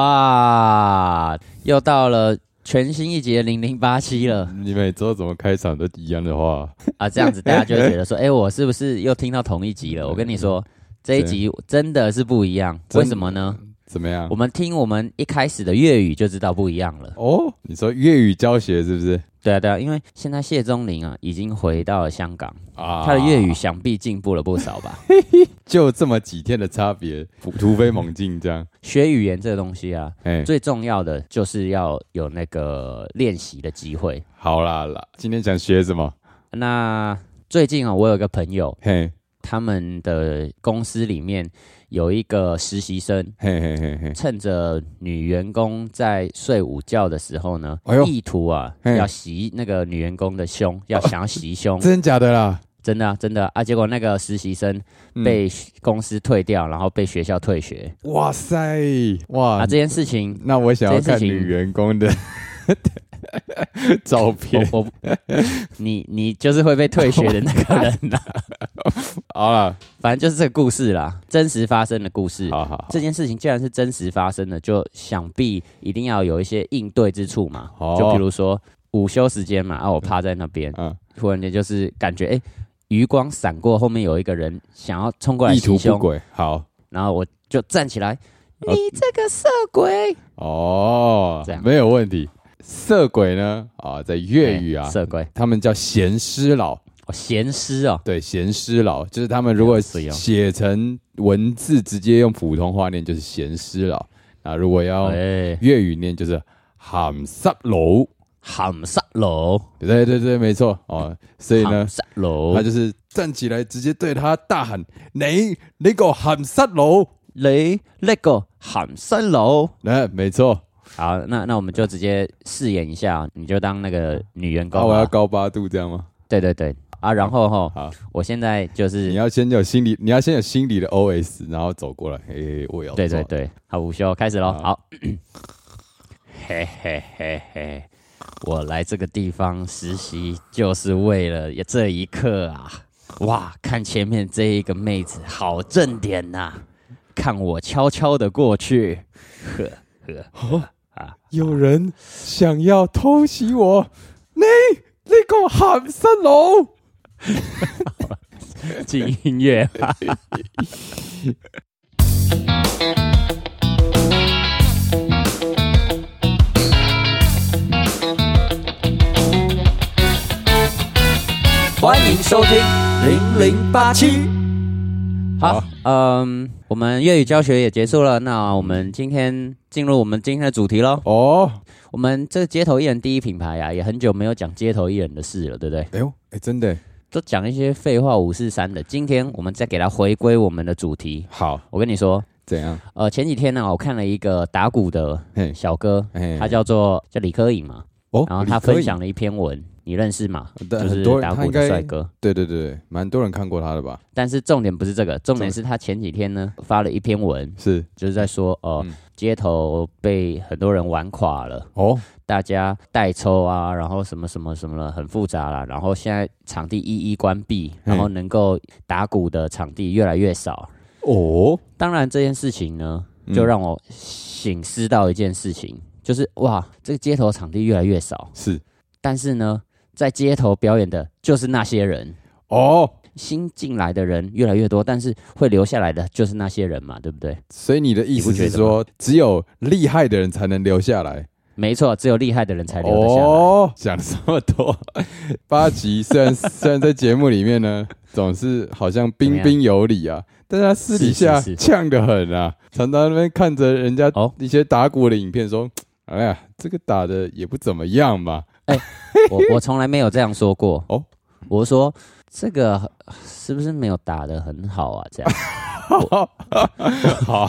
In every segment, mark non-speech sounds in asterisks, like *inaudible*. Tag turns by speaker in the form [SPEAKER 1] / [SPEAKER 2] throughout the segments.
[SPEAKER 1] 哇，又到了全新一集的零零八七了
[SPEAKER 2] 你每周怎么开场都一样的话，
[SPEAKER 1] 啊！这样子大家就会觉得
[SPEAKER 2] *laughs*
[SPEAKER 1] 说，哎、我是不是又听到同一集了？我跟你说，这一集真的是不一样，
[SPEAKER 2] 真
[SPEAKER 1] 为什么呢？
[SPEAKER 2] 怎么样
[SPEAKER 1] 我？们听我们一开始的粤语就知道不一样了。
[SPEAKER 2] 哦，你说粤语教学是不是？
[SPEAKER 1] 对啊，对啊，因为现在谢钟林啊已经回到了香港，
[SPEAKER 2] 啊
[SPEAKER 1] 他的粤语想必进步了不少
[SPEAKER 2] *laughs*
[SPEAKER 1] 吧？
[SPEAKER 2] 就这么几天的差别，突突飞猛进这样。
[SPEAKER 1] 学语言这个东西啊，
[SPEAKER 2] 哎，
[SPEAKER 1] 最重要的就是要有那个练习的机会。
[SPEAKER 2] 好啦啦，今天想学什么？
[SPEAKER 1] 那最近啊，我有一个朋友，
[SPEAKER 2] 嘿，
[SPEAKER 1] 他们的公司里面有一个实习生，
[SPEAKER 2] 嘿嘿嘿嘿，
[SPEAKER 1] 趁着女员工在睡午觉的时候呢，
[SPEAKER 2] 哎呦
[SPEAKER 1] 意图啊
[SPEAKER 2] 嘿
[SPEAKER 1] 要袭那个女员工的
[SPEAKER 2] *laughs*
[SPEAKER 1] 胸，要想要袭胸，
[SPEAKER 2] 真假的啦？
[SPEAKER 1] 真的啊、真的啊啊结果那个实习生
[SPEAKER 2] 嗯
[SPEAKER 1] 被公司退掉，然后被学校退学
[SPEAKER 2] 哇塞，哇
[SPEAKER 1] 啊，这件事情。
[SPEAKER 2] 那我想要
[SPEAKER 1] 这件
[SPEAKER 2] 看
[SPEAKER 1] 事
[SPEAKER 2] 女
[SPEAKER 1] 情
[SPEAKER 2] 员工
[SPEAKER 1] *laughs*
[SPEAKER 2] 的照片。
[SPEAKER 1] 我我，
[SPEAKER 2] *laughs*
[SPEAKER 1] 你你就是会被退学的那个人啦、啊
[SPEAKER 2] 好啦，
[SPEAKER 1] 反正就是这个故事啦，真实发生的故事。
[SPEAKER 2] 好好
[SPEAKER 1] 这件事情既然是真实发生的，就想必一定要有一些应对之处嘛。
[SPEAKER 2] 哦
[SPEAKER 1] 就比如说午休时间嘛，啊，
[SPEAKER 2] 嗯
[SPEAKER 1] 我趴在那边，
[SPEAKER 2] 好，
[SPEAKER 1] 突然间就是感觉哎、诶余光闪过，后面有一个人想要冲过来
[SPEAKER 2] 嗯，意
[SPEAKER 1] 袭
[SPEAKER 2] 图不
[SPEAKER 1] 胸，
[SPEAKER 2] 轨。好，
[SPEAKER 1] 然后我就站起来，
[SPEAKER 2] 哦
[SPEAKER 1] 你这个色鬼，
[SPEAKER 2] 哦
[SPEAKER 1] 这样，
[SPEAKER 2] 没有问题。色鬼呢？啊，在粤语啊
[SPEAKER 1] 诶，哎色鬼，
[SPEAKER 2] 他们叫闲诗佬。
[SPEAKER 1] 哦，闲诗哦，
[SPEAKER 2] 对，闲诗佬就是他们如果
[SPEAKER 1] 这样
[SPEAKER 2] 写成文字，直接用普通话念就是闲诗佬。那如果要
[SPEAKER 1] 哎，
[SPEAKER 2] 粤语念就是含湿楼。
[SPEAKER 1] 含杀楼，
[SPEAKER 2] 对对对，没错哦。所以呢
[SPEAKER 1] 含，杀楼
[SPEAKER 2] 他，就是站起来，直接对他大喊：“你你个含湿佬！”
[SPEAKER 1] 你那个含杀楼。
[SPEAKER 2] 哎，没错。
[SPEAKER 1] 好，那那我们就直接饰演一下，你就当那个女员工
[SPEAKER 2] 啊，
[SPEAKER 1] 好
[SPEAKER 2] 我
[SPEAKER 1] 了。
[SPEAKER 2] 要高八度这样吗？
[SPEAKER 1] 对对对啊，然后哈
[SPEAKER 2] 好，
[SPEAKER 1] 我现在就
[SPEAKER 2] 你
[SPEAKER 1] 是
[SPEAKER 2] 要先有心理，你要先有心理的 OS，然后走过来。哎，我也要
[SPEAKER 1] 对
[SPEAKER 2] 做
[SPEAKER 1] 对对，好午休开始喽，
[SPEAKER 2] 好
[SPEAKER 1] 好， *coughs* 嘿嘿嘿嘿，我来这个地方实习就是为了这一刻啊！哇，看前面这一个妹子好正点呐、看我悄悄的过去，呵呵，
[SPEAKER 2] 有人想要偷袭我，你你个喊三楼！
[SPEAKER 1] 进音乐吧。欢迎收听零零八七。好
[SPEAKER 2] 好，
[SPEAKER 1] 嗯，我们粤语教学也结束了，那我们今天进入我们今天的主题喽。
[SPEAKER 2] 哦，
[SPEAKER 1] 我们这街头艺人第一品牌呀、啊也很久没有讲街头艺人的事了，对不对？
[SPEAKER 2] 哎呦，哎，真的
[SPEAKER 1] 都讲一些废话五四三的。今天我们再给它回归我们的主题。
[SPEAKER 2] 好，
[SPEAKER 1] 我跟你说，
[SPEAKER 2] 怎样？
[SPEAKER 1] 呃，前几天呢、我看了一个打鼓的
[SPEAKER 2] 嘿，
[SPEAKER 1] 小哥，
[SPEAKER 2] 哎，
[SPEAKER 1] 他叫做叫李科颖嘛，
[SPEAKER 2] 哦，
[SPEAKER 1] 然后他分享了一篇文，你认识吗？
[SPEAKER 2] 李科
[SPEAKER 1] 就
[SPEAKER 2] 颖，但
[SPEAKER 1] 是
[SPEAKER 2] 很多人
[SPEAKER 1] 打
[SPEAKER 2] 他
[SPEAKER 1] 鼓
[SPEAKER 2] 应
[SPEAKER 1] 的
[SPEAKER 2] 该
[SPEAKER 1] 帅哥。
[SPEAKER 2] 对对对，对蛮多人看过他的吧？
[SPEAKER 1] 但是重点不是这个，重点
[SPEAKER 2] 重
[SPEAKER 1] 是他前几天呢发了一篇文，
[SPEAKER 2] 是
[SPEAKER 1] 就是在说，呃，
[SPEAKER 2] 嗯
[SPEAKER 1] 街头被很多人玩垮了。
[SPEAKER 2] 哦，
[SPEAKER 1] 大家代抽啊，然后什么什么什么了，很复杂啦。然后现在场地一一关闭，
[SPEAKER 2] 嗯
[SPEAKER 1] 然后能够打鼓的场地越来越少。
[SPEAKER 2] 哦，
[SPEAKER 1] 当然这件事情呢，
[SPEAKER 2] 嗯
[SPEAKER 1] 就让我醒思到一件事情，就是哇，这个街头场地越来越少，
[SPEAKER 2] 是
[SPEAKER 1] 但是呢，在街头表演的就是那些人。
[SPEAKER 2] 哦，
[SPEAKER 1] 新进来的人越来越多，但是会留下来的就是那些人嘛，对不对？
[SPEAKER 2] 所以你的意
[SPEAKER 1] 你
[SPEAKER 2] 思
[SPEAKER 1] 不觉
[SPEAKER 2] 是
[SPEAKER 1] 得
[SPEAKER 2] 说，只有厉害的人才能留下来？
[SPEAKER 1] 没错，只有厉害的人才留得下来。
[SPEAKER 2] 哦，讲了这么多， *laughs* 八集虽然虽然在节目里面呢，总是好像
[SPEAKER 1] 么
[SPEAKER 2] 彬
[SPEAKER 1] 样
[SPEAKER 2] 彬有礼啊，但是他私底下
[SPEAKER 1] 是是是
[SPEAKER 2] 呛得很啊，常常那边看着人家
[SPEAKER 1] 哦
[SPEAKER 2] 一些打鼓的影片说，哎呀，这个打的也不怎么
[SPEAKER 1] *laughs*
[SPEAKER 2] 样嘛，
[SPEAKER 1] 我我从来没有这样说过哦
[SPEAKER 2] 哦。
[SPEAKER 1] 我说这个呃是不是没有打得很好啊？
[SPEAKER 2] *laughs*
[SPEAKER 1] 这样，
[SPEAKER 2] 好，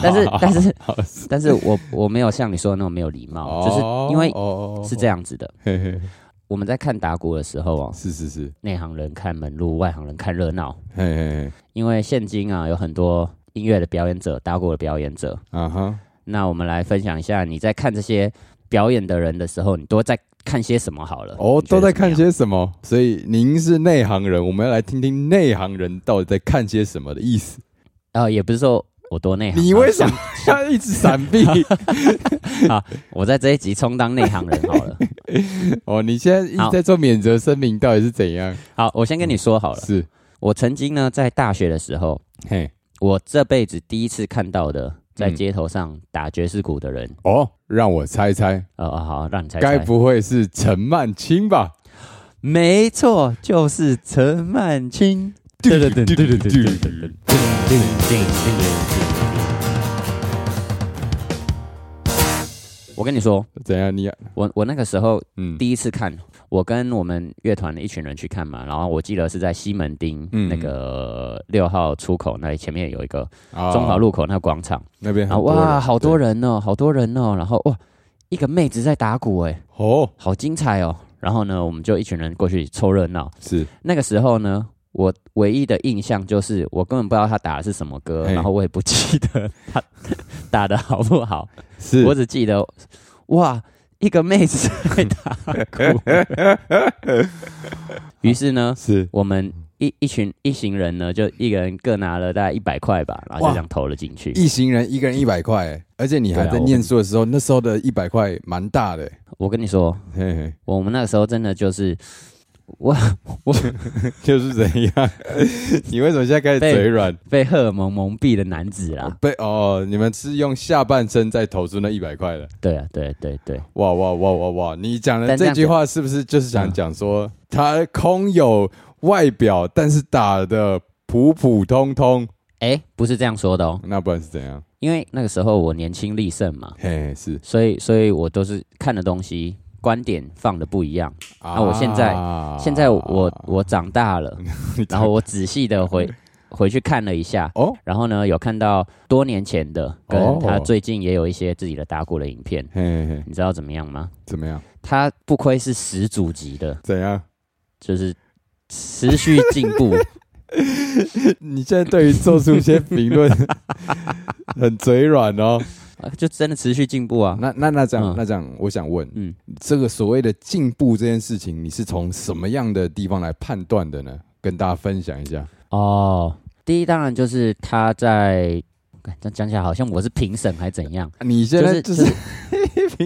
[SPEAKER 2] *laughs*
[SPEAKER 1] 但是但是
[SPEAKER 2] 好
[SPEAKER 1] 但是我我没有像你说的那种没有礼
[SPEAKER 2] 哦
[SPEAKER 1] 貌，就是因为
[SPEAKER 2] 为
[SPEAKER 1] 是这
[SPEAKER 2] 样，
[SPEAKER 1] 样子的。
[SPEAKER 2] 哦嘿嘿，
[SPEAKER 1] 我们在看打鼓的时候哦，
[SPEAKER 2] 是是是，
[SPEAKER 1] 内行人看门路，外行人看热闹。
[SPEAKER 2] 嘿嘿嘿，
[SPEAKER 1] 因为现今啊，有很多音乐的表演者，打鼓的表演者。
[SPEAKER 2] 啊哈，
[SPEAKER 1] 那我们来分享一下，你在看这些表演的人的时候，你都在看些什么好了？呃
[SPEAKER 2] 哦
[SPEAKER 1] 你，觉
[SPEAKER 2] 都
[SPEAKER 1] 得怎么
[SPEAKER 2] 在看
[SPEAKER 1] 样
[SPEAKER 2] 些什么？所以您是内行人，我们要来听听内行人到底在看些什么的意思。
[SPEAKER 1] 啊、也不是说我多内行。
[SPEAKER 2] 你为什么要一直闪避？
[SPEAKER 1] 我在这一集充当内行人好了。
[SPEAKER 2] *laughs* 哦，你现在一直在做免责声明，到底是怎样？
[SPEAKER 1] 好，我先跟
[SPEAKER 2] 嗯
[SPEAKER 1] 你说好了。
[SPEAKER 2] 是，
[SPEAKER 1] 我曾经呢，在大学的时候，
[SPEAKER 2] 嘿，
[SPEAKER 1] 我这辈子第一次看到的在
[SPEAKER 2] 嗯
[SPEAKER 1] 街头上打爵士鼓的人。
[SPEAKER 2] 哦，让我猜猜，
[SPEAKER 1] 呃、哦，好，让你猜
[SPEAKER 2] 该
[SPEAKER 1] 猜。
[SPEAKER 2] 不会是陈曼青吧？
[SPEAKER 1] 没错，就是陈曼
[SPEAKER 2] *laughs*
[SPEAKER 1] 青。
[SPEAKER 2] 对对对对对对对
[SPEAKER 1] 我跟你说，
[SPEAKER 2] 怎样？你
[SPEAKER 1] 我我那个时候
[SPEAKER 2] 嗯
[SPEAKER 1] 第一次看，我跟我们乐团的一群人去看嘛，然后我记得是在西门町
[SPEAKER 2] 嗯
[SPEAKER 1] 那个六号出口那里，前面有一个
[SPEAKER 2] 啊
[SPEAKER 1] 中华路口那个广场，
[SPEAKER 2] 那边
[SPEAKER 1] 然后哇，好多人哦，好多人哦，然后哇，一个妹子在打鼓，哎，
[SPEAKER 2] 对哦，
[SPEAKER 1] 好精彩哦。然后呢，我们就一群人过去凑热闹。
[SPEAKER 2] 是
[SPEAKER 1] 那个时候呢，我唯一的印象就是我根本不知道他打的是什么歌，
[SPEAKER 2] 嘿
[SPEAKER 1] 然后我也不记得他 *laughs* 打的好不好，
[SPEAKER 2] 是
[SPEAKER 1] 我只记得哇，一个妹子在打鼓。
[SPEAKER 2] *laughs*
[SPEAKER 1] 于是呢，
[SPEAKER 2] 是
[SPEAKER 1] 我们一一群一行人呢，就一个人各拿了大概一百块吧，然后就
[SPEAKER 2] 哇
[SPEAKER 1] 这样投了进去。
[SPEAKER 2] 一行人一个人一百块，欸而且你还
[SPEAKER 1] 对啊
[SPEAKER 2] 在
[SPEAKER 1] 我
[SPEAKER 2] 念书的时候，那时候的一百块蛮大的，欸
[SPEAKER 1] 我跟你说，
[SPEAKER 2] 嘿嘿， *laughs*
[SPEAKER 1] 我们那个时候真的就是哇，我
[SPEAKER 2] 就是怎样？ *laughs* 你为什么现在开始
[SPEAKER 1] 被
[SPEAKER 2] 嘴软？
[SPEAKER 1] 被荷尔蒙蒙蔽的男子
[SPEAKER 2] 我
[SPEAKER 1] 啦。
[SPEAKER 2] 被哦，你们是用下半身在投出那一百块的，
[SPEAKER 1] 对啊，对对对，
[SPEAKER 2] 哇哇哇哇哇！你讲的
[SPEAKER 1] 但这
[SPEAKER 2] 这
[SPEAKER 1] 样
[SPEAKER 2] 句话是不是就是想讲说，他空有外表，但是打的普普通通？
[SPEAKER 1] 哎，不是这样说的哦。
[SPEAKER 2] 那不然是怎样？
[SPEAKER 1] 因为那个时候我年轻力盛嘛，
[SPEAKER 2] 嘿嘿，是
[SPEAKER 1] 所以所以我都是看的东西观点放的不一样。
[SPEAKER 2] 啊
[SPEAKER 1] 我现在现在我我长大了，
[SPEAKER 2] *laughs* 你
[SPEAKER 1] 然后我仔细的回
[SPEAKER 2] *laughs*
[SPEAKER 1] 回去看了一下，
[SPEAKER 2] 哦，
[SPEAKER 1] 然后呢有看到多年前的，跟
[SPEAKER 2] 哦
[SPEAKER 1] 他最近也有一些自己的打鼓的影片，
[SPEAKER 2] 嘿嘿嘿，
[SPEAKER 1] 你知道怎么样吗？
[SPEAKER 2] 怎么样？
[SPEAKER 1] 他不愧是始祖级的，
[SPEAKER 2] 怎样？ *laughs*
[SPEAKER 1] 就是持续进步。
[SPEAKER 2] 你现在对于做出一些评论 *laughs* 很嘴软哦。
[SPEAKER 1] 啊就真的持续进步啊！
[SPEAKER 2] 那那那这样
[SPEAKER 1] 嗯，
[SPEAKER 2] 那这样，我想问，
[SPEAKER 1] 嗯，
[SPEAKER 2] 这个所谓的进步这件事情，你是从什么样的地方来判断的呢？跟大家分享一下。
[SPEAKER 1] 哦，第一当然就是他在，干这样讲起来好像我是评审还怎样？
[SPEAKER 2] 你现在
[SPEAKER 1] 就
[SPEAKER 2] 就是是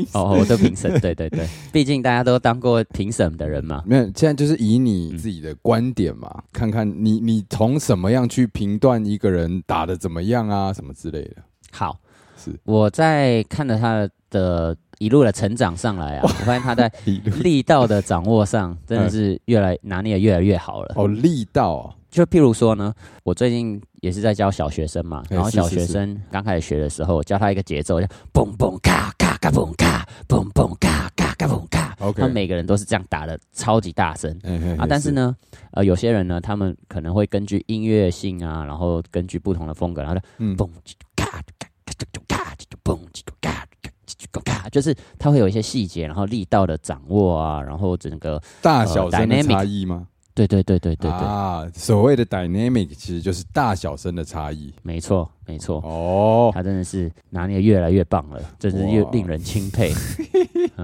[SPEAKER 1] *laughs* 哦，我的评审，对对 *laughs* 对，毕竟大家都当过评审的人嘛。
[SPEAKER 2] 没有，现在就是以你
[SPEAKER 1] 嗯
[SPEAKER 2] 自己的观点嘛，看看你你从什么样去评断一个人打的怎么样啊，什么之类的。
[SPEAKER 1] 好，
[SPEAKER 2] 是
[SPEAKER 1] 我在看着他的一路的成长上
[SPEAKER 2] *laughs*
[SPEAKER 1] 来啊，我发现他在
[SPEAKER 2] 力度
[SPEAKER 1] 力道的掌握上真的是越来拿捏的越来越好了。
[SPEAKER 2] 哦，力道哦
[SPEAKER 1] 就譬如说呢，我最近也是在教小学生嘛，
[SPEAKER 2] 哎
[SPEAKER 1] 然后
[SPEAKER 2] 是
[SPEAKER 1] 小
[SPEAKER 2] 是
[SPEAKER 1] 学
[SPEAKER 2] 是
[SPEAKER 1] 生刚开始学的时候，我教他一个节奏，就嘣嘣咔咔咔嘣咔，嘣嘣咔咔咔嘣咔，
[SPEAKER 2] ，OK，
[SPEAKER 1] 他们每个人都是这样打的，超级大声。
[SPEAKER 2] 嘿嘿嘿
[SPEAKER 1] 啊，但是，呢，呃，有些人呢，他们可能会根据音乐性啊，然后根据不同的风格，然后就
[SPEAKER 2] 嗯，
[SPEAKER 1] 嘣叽嘟嘎嘟嘎嘟嘟嘟嘎嘟嘟嘣叽嘟嘎嘟嘎叽嘟嘎，就是它会有一些细节，然后力道的掌握啊，然后整个，
[SPEAKER 2] 大小声的
[SPEAKER 1] 呃 dynamic
[SPEAKER 2] 差异吗？
[SPEAKER 1] 对对对对对对，
[SPEAKER 2] 啊，所谓的 dynamic 其实就是大小声的差异
[SPEAKER 1] 没错没错，
[SPEAKER 2] 哦。
[SPEAKER 1] 他真的是拿捏越来越棒了，真是越
[SPEAKER 2] 哇
[SPEAKER 1] 令人钦佩。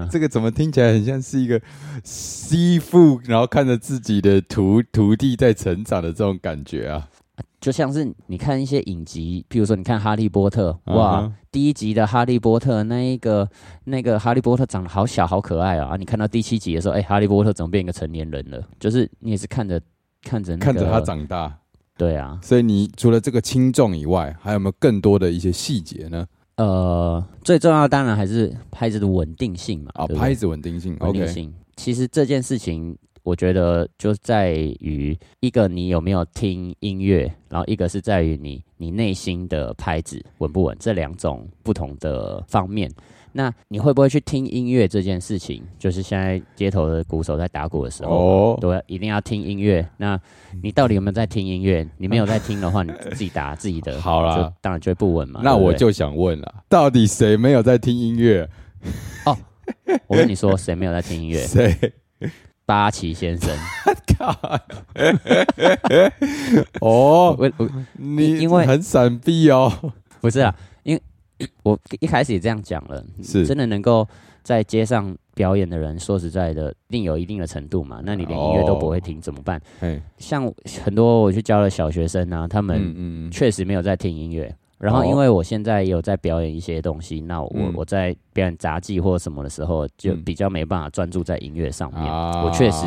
[SPEAKER 2] 这个怎么听起来很像是一个师傅，然后看着自己的徒徒弟在成长的这种感觉啊？
[SPEAKER 1] 就像是你看一些影集，譬如说你看《哈利波特》，哇，
[SPEAKER 2] 嗯哼
[SPEAKER 1] 第一集的《哈利波特》那一个那个哈利波特长得好小好可爱啊！啊，你看到第七集的时候，哎、哈利波特怎么变一个成年人了？就是你也是看着看着、那个、
[SPEAKER 2] 看着他，长大，
[SPEAKER 1] 对啊，
[SPEAKER 2] 所以你除了这个轻重以外，还有没有更多的一些细节呢？
[SPEAKER 1] 呃，最重要的当然还是拍子的稳定性嘛，
[SPEAKER 2] 啊，
[SPEAKER 1] 对不
[SPEAKER 2] 拍
[SPEAKER 1] 对
[SPEAKER 2] 子稳定性
[SPEAKER 1] 稳定
[SPEAKER 2] ，OK，
[SPEAKER 1] 性。其实这件事情，我觉得就在于一个你有没有听音乐，然后一个是在于你你内心的拍子稳不稳，这两种不同的方面。那你会不会去听音乐这件事情？就是现在街头的鼓手在打鼓的时候，
[SPEAKER 2] 哦，
[SPEAKER 1] 对，一定要听音乐。那你到底有没有在听音乐？你没有在听的话，你自己打自己的，
[SPEAKER 2] 好啦
[SPEAKER 1] 就当然就会不稳嘛。
[SPEAKER 2] 那
[SPEAKER 1] 对不
[SPEAKER 2] 我
[SPEAKER 1] 对
[SPEAKER 2] 就想问了，到底谁没有在听音乐？
[SPEAKER 1] 我跟你说，谁没有在听音
[SPEAKER 2] *laughs*
[SPEAKER 1] 乐？
[SPEAKER 2] 谁？
[SPEAKER 1] 八旗先生， *laughs*
[SPEAKER 2] 哦，
[SPEAKER 1] 我我
[SPEAKER 2] 你
[SPEAKER 1] 因为
[SPEAKER 2] 很闪避
[SPEAKER 1] *laughs*
[SPEAKER 2] 哦，
[SPEAKER 1] 不是啊，因为我一开始也这样讲了，
[SPEAKER 2] 是
[SPEAKER 1] 真的能够在街上表演的人，说实在的，一定有一定的程度嘛。那你连音乐都不会听，怎么办？
[SPEAKER 2] 哎，
[SPEAKER 1] 像很多我去教的小学生啊，他们
[SPEAKER 2] 嗯嗯
[SPEAKER 1] 确实没有在听音乐，然后因
[SPEAKER 2] 哦
[SPEAKER 1] 为我现在有在表演一些东西，那我、
[SPEAKER 2] 嗯
[SPEAKER 1] 我在表演杂技或什么的时候，就
[SPEAKER 2] 嗯
[SPEAKER 1] 比较没办法专注在音乐上面。
[SPEAKER 2] 啊
[SPEAKER 1] 我确实，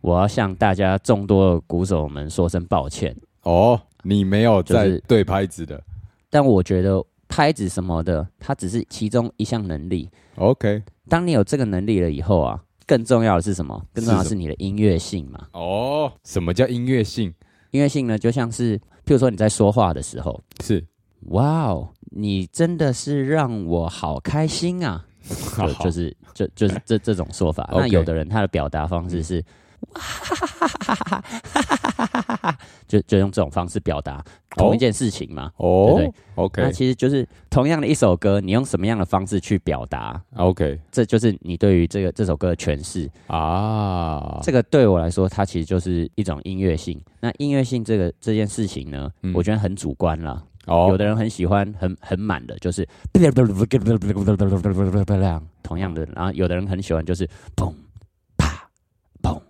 [SPEAKER 1] 我要向大家众多的鼓手们说声抱歉，
[SPEAKER 2] 哦，你没有
[SPEAKER 1] 就
[SPEAKER 2] 在
[SPEAKER 1] 是
[SPEAKER 2] 对拍子的
[SPEAKER 1] 但我觉得拍子什么的，它只是其中一项能力。
[SPEAKER 2] ，OK，
[SPEAKER 1] 当你有这个能力了以后啊，更重要的是什么？更重要的
[SPEAKER 2] 是
[SPEAKER 1] 是你的音乐性嘛。
[SPEAKER 2] 哦，什么叫音乐性？
[SPEAKER 1] 音乐性呢，就像是譬如说你在说话的时候，
[SPEAKER 2] 是，
[SPEAKER 1] 哇哦，你真的是让我好开心啊！
[SPEAKER 2] 好
[SPEAKER 1] 就就是就就是这这种说法。那
[SPEAKER 2] OK
[SPEAKER 1] 有的人他的表达方式是，哇就就用这种方式表达同一件事情嘛。
[SPEAKER 2] *laughs* 哦
[SPEAKER 1] 对对那
[SPEAKER 2] ，OK
[SPEAKER 1] 其实就是同样的一首歌，你用什么样的方式去表达，
[SPEAKER 2] OK
[SPEAKER 1] 这就是你对于这个这首歌的诠释。
[SPEAKER 2] 啊，
[SPEAKER 1] 这个对我来说，它其实就是一种音乐性。那音乐性这个这件事情呢，
[SPEAKER 2] 嗯
[SPEAKER 1] 我觉得很主观啦。有
[SPEAKER 2] 哦
[SPEAKER 1] 的人很喜欢很很满的，就是同样的，然后有的人很喜欢就是砰啪砰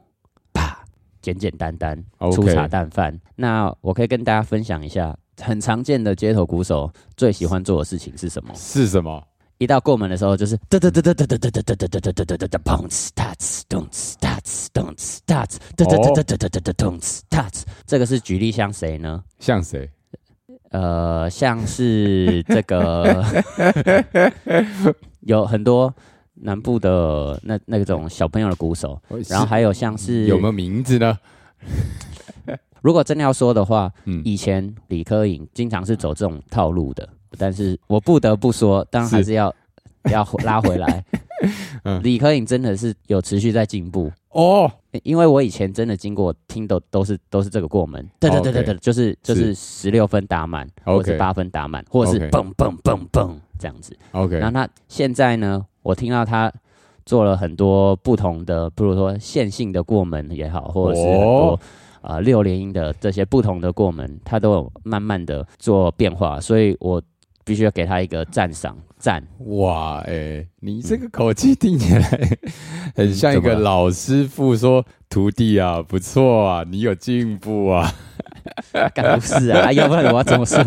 [SPEAKER 1] 啪，简简单单，粗
[SPEAKER 2] ，OK，
[SPEAKER 1] 茶淡饭。那我可以跟大家分享一下，很常见的街头鼓手最喜欢做的事情是什么？
[SPEAKER 2] 是什么？
[SPEAKER 1] 一到过门的时候，就是哒哒哒哒哒哒哒哒哒哒哒哒哒哒，砰呲哒呲咚呲哒呲咚呲哒呲哒哒哒哒哒哒哒咚呲哒呲。这个是举例像谁呢？
[SPEAKER 2] 像谁？
[SPEAKER 1] 呃，像是这个有很多南部的那那种小朋友的鼓手，
[SPEAKER 2] 哦
[SPEAKER 1] 然后
[SPEAKER 2] 是
[SPEAKER 1] 还有像是
[SPEAKER 2] 有没有名字呢？
[SPEAKER 1] 如果真的要说的话，
[SPEAKER 2] 嗯，。
[SPEAKER 1] 以前理科影经常是走这种套路的，但是我不得不说，当然还是要要拉回来
[SPEAKER 2] *laughs* 嗯
[SPEAKER 1] 理科影真的是有持续在进步，
[SPEAKER 2] 哦，
[SPEAKER 1] 因为我以前真的经过听都都是都是这个过门，对对对对对，就是就是十六分打满，或者
[SPEAKER 2] OK
[SPEAKER 1] 八分打满，或者是
[SPEAKER 2] OK
[SPEAKER 1] 蹦蹦蹦蹦这样子。
[SPEAKER 2] OK，
[SPEAKER 1] 然后他现在呢，我听到他做了很多不同的，比如说线性的过门也好，或者是很多
[SPEAKER 2] 哦。
[SPEAKER 1] 啊、六连音的这些不同的过门，他都有慢慢的做变化，所以我必须要给他一个赞赏赞。
[SPEAKER 2] 哇，哎、你这个口气听起来很像
[SPEAKER 1] 嗯
[SPEAKER 2] 一
[SPEAKER 1] 怎么
[SPEAKER 2] 个
[SPEAKER 1] 了
[SPEAKER 2] 老师傅说：“徒弟啊，不错啊，你有进步
[SPEAKER 1] *laughs*
[SPEAKER 2] 啊。
[SPEAKER 1] 干不是
[SPEAKER 2] *laughs*
[SPEAKER 1] 啊，要不然我要怎么说？”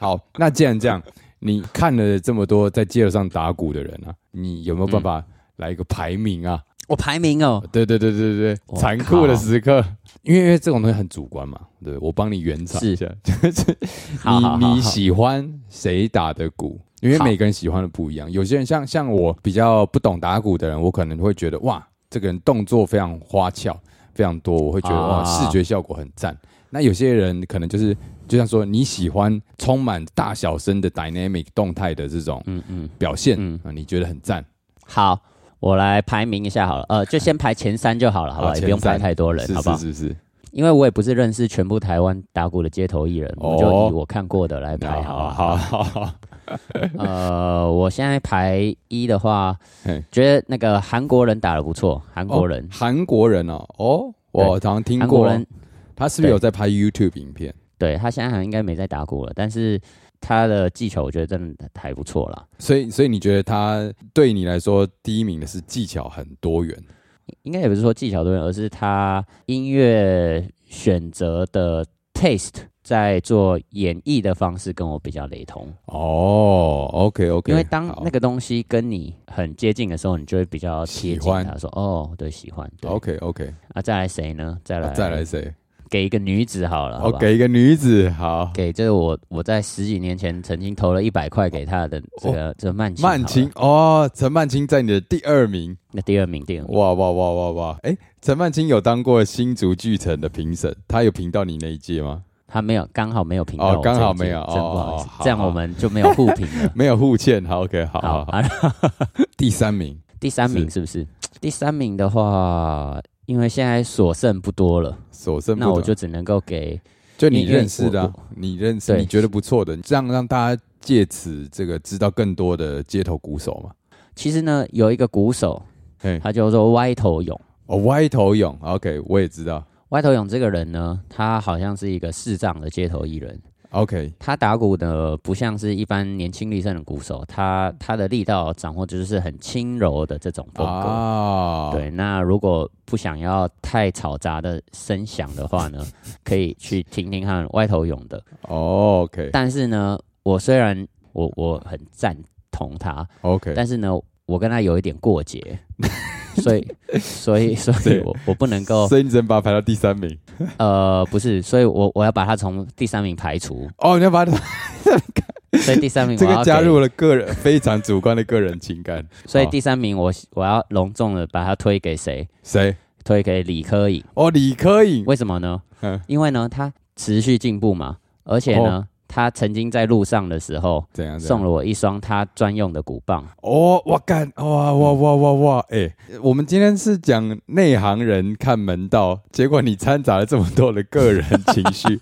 [SPEAKER 2] 好，那既然这样，你看了这么多在街头上打鼓的人啊，你有没有办法
[SPEAKER 1] 嗯
[SPEAKER 2] 来一个排名啊？
[SPEAKER 1] 我排名哦，
[SPEAKER 2] 对对对对对
[SPEAKER 1] 我
[SPEAKER 2] 对，残酷的
[SPEAKER 1] 靠
[SPEAKER 2] 时刻，因为因为这种东西很主观嘛。对，我帮你圆场
[SPEAKER 1] 是
[SPEAKER 2] 一下，就是
[SPEAKER 1] 好好好
[SPEAKER 2] 你
[SPEAKER 1] 好
[SPEAKER 2] 你喜欢谁打的鼓？因为
[SPEAKER 1] 好
[SPEAKER 2] 每个人喜欢的不一样。有些人像像我比较不懂打鼓的人，我可能会觉得哇，这个人动作非常花俏，非常多，我会觉得、
[SPEAKER 1] 啊
[SPEAKER 2] 哇，视觉效果很赞。那有些人可能就是就像说你喜欢充满大小声的 dynamic 动态的这种
[SPEAKER 1] 嗯嗯，
[SPEAKER 2] 表现，
[SPEAKER 1] 嗯
[SPEAKER 2] 啊，你觉得很赞。
[SPEAKER 1] 好，我来排名一下好了，呃，就先排前三就好了，好不好？
[SPEAKER 2] 好
[SPEAKER 1] 也不用
[SPEAKER 2] 啊前三
[SPEAKER 1] 排太多人，
[SPEAKER 2] 是
[SPEAKER 1] 好不好
[SPEAKER 2] 是？是是，
[SPEAKER 1] 因为我也不是认识全部台湾打鼓的街头艺人，我就
[SPEAKER 2] 哦
[SPEAKER 1] 以我看过的来排哎好
[SPEAKER 2] 好
[SPEAKER 1] 了。
[SPEAKER 2] 啊好好好， *laughs*
[SPEAKER 1] 呃，我现在排一的话
[SPEAKER 2] 嘿，
[SPEAKER 1] 觉得那个韩国人打的不错，韩国人
[SPEAKER 2] 哦，韩国人哦，哦，我好像听
[SPEAKER 1] 韩、
[SPEAKER 2] 过
[SPEAKER 1] 国，人，
[SPEAKER 2] 他是不是有
[SPEAKER 1] 对
[SPEAKER 2] 在拍 YouTube 影片？
[SPEAKER 1] 对他现在好像应该没在打鼓了，但是他的技巧我觉得真的还不错啦。
[SPEAKER 2] 所以，所以你觉得他对你来说第一名的是技巧很多元
[SPEAKER 1] 应该也不是说技巧多元，而是他音乐选择的 taste 在做演绎的方式跟我比较雷同。
[SPEAKER 2] 哦。OK OK，
[SPEAKER 1] 因为当那个东西跟你很接近的时候，你就会比较贴
[SPEAKER 2] 喜
[SPEAKER 1] 近
[SPEAKER 2] 欢
[SPEAKER 1] 他，说哦，对，喜欢。对
[SPEAKER 2] OK OK，
[SPEAKER 1] 啊，再来谁呢？再来、
[SPEAKER 2] 啊再来，谁？
[SPEAKER 1] 给一个女子好了，好
[SPEAKER 2] 哦，
[SPEAKER 1] 吧？
[SPEAKER 2] 给一个女子，好，
[SPEAKER 1] 给这个我我在十几年前曾经投了一百块给她的这个、这个曼琴，
[SPEAKER 2] 曼青，哦，陈曼青在你的第二名，
[SPEAKER 1] 那第二名，第二名，
[SPEAKER 2] 哇哇哇哇哇！哎，陈曼青有当过新竹巨城的评审，他有评到你那一届吗？
[SPEAKER 1] 她没有，刚好没有评到
[SPEAKER 2] 哦
[SPEAKER 1] 我这一届，
[SPEAKER 2] 刚好没有
[SPEAKER 1] 真不好意思，
[SPEAKER 2] 哦哦好。
[SPEAKER 1] 这样我们就没有互评了
[SPEAKER 2] 没有互欠，好 OK，
[SPEAKER 1] *laughs*
[SPEAKER 2] 好好好，
[SPEAKER 1] 啊，
[SPEAKER 2] 第三名
[SPEAKER 1] 第三名
[SPEAKER 2] 是
[SPEAKER 1] 是不是？第三名的话，因为现在所剩不多了，
[SPEAKER 2] 所剩不
[SPEAKER 1] 那
[SPEAKER 2] 多，
[SPEAKER 1] 我就只能够给
[SPEAKER 2] 就你
[SPEAKER 1] 因为
[SPEAKER 2] 认识的啊、你认识
[SPEAKER 1] 对
[SPEAKER 2] 你觉得不错的，这样让大家借此这个知道更多的街头鼓手嘛。
[SPEAKER 1] 其实呢，有一个鼓手，
[SPEAKER 2] 嘿，
[SPEAKER 1] 他叫做歪头勇。
[SPEAKER 2] 哦，歪头勇，OK，我也知道。
[SPEAKER 1] 歪头勇这个人呢，他好像是一个视障的街头艺人，
[SPEAKER 2] OK，
[SPEAKER 1] 他打鼓的不像是一般年轻力盛的鼓手，他他的力道掌握就是很轻柔的这种风格。
[SPEAKER 2] 啊，，
[SPEAKER 1] 对，那如果不想要太嘈杂的声响的话呢， *laughs* 可以去听听看歪头勇的。
[SPEAKER 2] 哦，OK，OK，
[SPEAKER 1] 但是呢，我虽然我我很赞同他，但是呢，我跟他有一点过
[SPEAKER 2] *laughs*
[SPEAKER 1] 节，所以所以所以
[SPEAKER 2] 对
[SPEAKER 1] 我我不能够
[SPEAKER 2] 所以你只能把它排到第三名。
[SPEAKER 1] 呃不是，所以我我要把他从第三名排除，
[SPEAKER 2] 哦，你要把它
[SPEAKER 1] 所以第三名
[SPEAKER 2] 这
[SPEAKER 1] 我要
[SPEAKER 2] 个加
[SPEAKER 1] 给
[SPEAKER 2] 入了个人非常主观的个人
[SPEAKER 1] *laughs*
[SPEAKER 2] 情感。
[SPEAKER 1] 所以
[SPEAKER 2] 哦
[SPEAKER 1] 第三名我我要隆重的把它推给谁？
[SPEAKER 2] 谁？
[SPEAKER 1] 推给李科颖。
[SPEAKER 2] 哦，李科颖。
[SPEAKER 1] 为什么呢
[SPEAKER 2] 嗯？哦
[SPEAKER 1] 因为呢，他持续进步嘛，而且呢，他曾经在路上的时候
[SPEAKER 2] 怎样？怎
[SPEAKER 1] 送
[SPEAKER 2] 样
[SPEAKER 1] 了我一双他专用的鼓棒。
[SPEAKER 2] 哦，我干！哇哇哇哇哇！哎、我们今天是讲内行人看门道，结果你掺杂了这么多的个人情
[SPEAKER 1] *laughs*
[SPEAKER 2] 绪，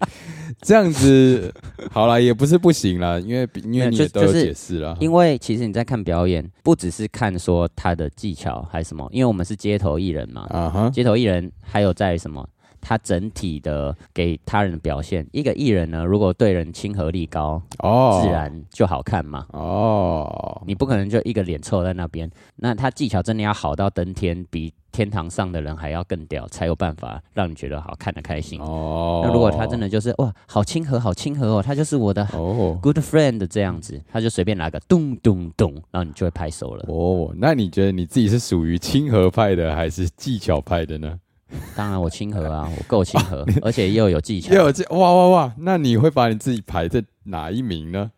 [SPEAKER 2] 这样子好啦，也不是不行啦，因为因
[SPEAKER 1] 没有
[SPEAKER 2] 为你也
[SPEAKER 1] 就
[SPEAKER 2] 都有
[SPEAKER 1] 就是
[SPEAKER 2] 解释啦。
[SPEAKER 1] 因为其实你在看表演，不只是看说他的技巧还是什么，因为我们是街头艺人嘛，
[SPEAKER 2] 啊哈，
[SPEAKER 1] 街头艺人还有在什么？他整体的给他人的表现，一个艺人呢，如果对人亲和力高，
[SPEAKER 2] 哦，
[SPEAKER 1] 自然就好看嘛。
[SPEAKER 2] 哦，
[SPEAKER 1] 你不可能就一个脸臭在那边。那他技巧真的要好到登天，比天堂上的人还要更屌，才有办法让你觉得好看的开心。
[SPEAKER 2] 哦，
[SPEAKER 1] 那如果他真的就是哇，好亲和，好亲和哦，他就是我的
[SPEAKER 2] 哦
[SPEAKER 1] good friend 这样子，他就随便拿个咚咚咚，然后你就会拍手了。
[SPEAKER 2] 哦，那你觉得你自己是属于亲和派的还是技巧派的呢？
[SPEAKER 1] 当然我亲和啊，我够亲和，而且又有
[SPEAKER 2] *laughs*
[SPEAKER 1] 技巧
[SPEAKER 2] 也，哦有这哇哇哇，那你会把你自己排在哪一名呢？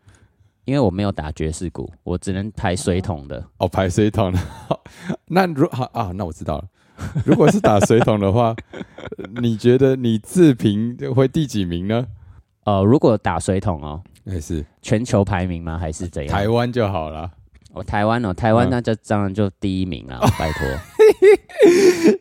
[SPEAKER 1] 因为我没有打爵士鼓，我只能排水桶的。
[SPEAKER 2] 哦，排水桶 *laughs* 的。那如好啊，那我知道了。 *laughs* 如果是打水桶的话，你觉得你自评会第几名呢？
[SPEAKER 1] 呃，如果打水桶哦，
[SPEAKER 2] 哎、是
[SPEAKER 1] 全球排名吗？还是怎样？
[SPEAKER 2] 台湾就好了。
[SPEAKER 1] 我台湾哦，台湾
[SPEAKER 2] 嗯
[SPEAKER 1] 那就当然就第一
[SPEAKER 2] *laughs*
[SPEAKER 1] 名啦，拜托。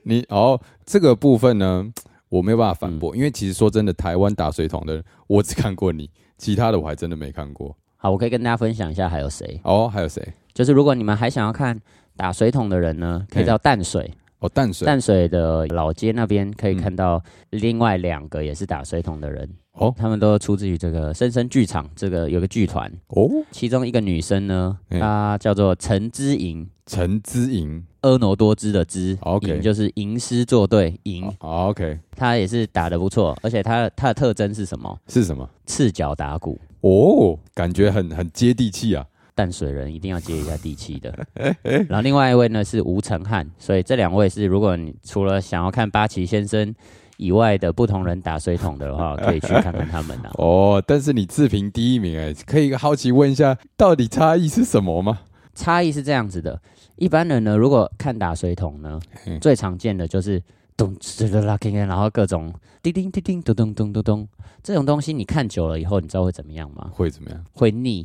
[SPEAKER 2] 你哦，这个部分呢，我没有办法反驳，因为其实说真的，台湾打水桶的，我只看过你，其他的我还真的没看过。
[SPEAKER 1] 好，我可以跟大家分享一下还有谁。
[SPEAKER 2] 哦，还有谁？
[SPEAKER 1] 就是如果你们还想要看打水桶的人呢，可以到淡水，
[SPEAKER 2] 哦，淡水。
[SPEAKER 1] 淡水的老街那边可以看到另外两个也是打水桶的人。
[SPEAKER 2] 嗯哦
[SPEAKER 1] 他们都出自于这个深深剧场，这个有个剧团，
[SPEAKER 2] 哦，
[SPEAKER 1] 其中一个女生呢，
[SPEAKER 2] 嗯
[SPEAKER 1] 她叫做陈之莹，
[SPEAKER 2] 陈之莹。
[SPEAKER 1] 婀娜多姿的姿，
[SPEAKER 2] 哦 OK
[SPEAKER 1] 莹就是吟诗作对，吟，
[SPEAKER 2] 哦，OK，
[SPEAKER 1] 她也是打得不错，而且她她的特征是什么？
[SPEAKER 2] 是什么？
[SPEAKER 1] 赤脚打鼓，
[SPEAKER 2] 哦，感觉很很接地气啊。
[SPEAKER 1] 淡水人一定要接一下地气的。
[SPEAKER 2] *laughs*
[SPEAKER 1] 然后另外一位呢是吴成汉，所以这两位是如果你除了想要看八旗先生以外的不同人打水桶的
[SPEAKER 2] *laughs*
[SPEAKER 1] 话，可以去看看他们啊。
[SPEAKER 2] 哦，但是你自评第一名哎，可以好奇问一下，到底差异是什么吗？
[SPEAKER 1] 差异是这样子的，一般人呢如果看打水桶呢
[SPEAKER 2] 嗯，
[SPEAKER 1] 最常见的就是。咚哧啦啦，叮叮，然后各种叮叮叮叮咚咚咚咚咚，这种东西你看久了以后，你知道会怎么样吗？
[SPEAKER 2] 会怎么样？
[SPEAKER 1] 会腻，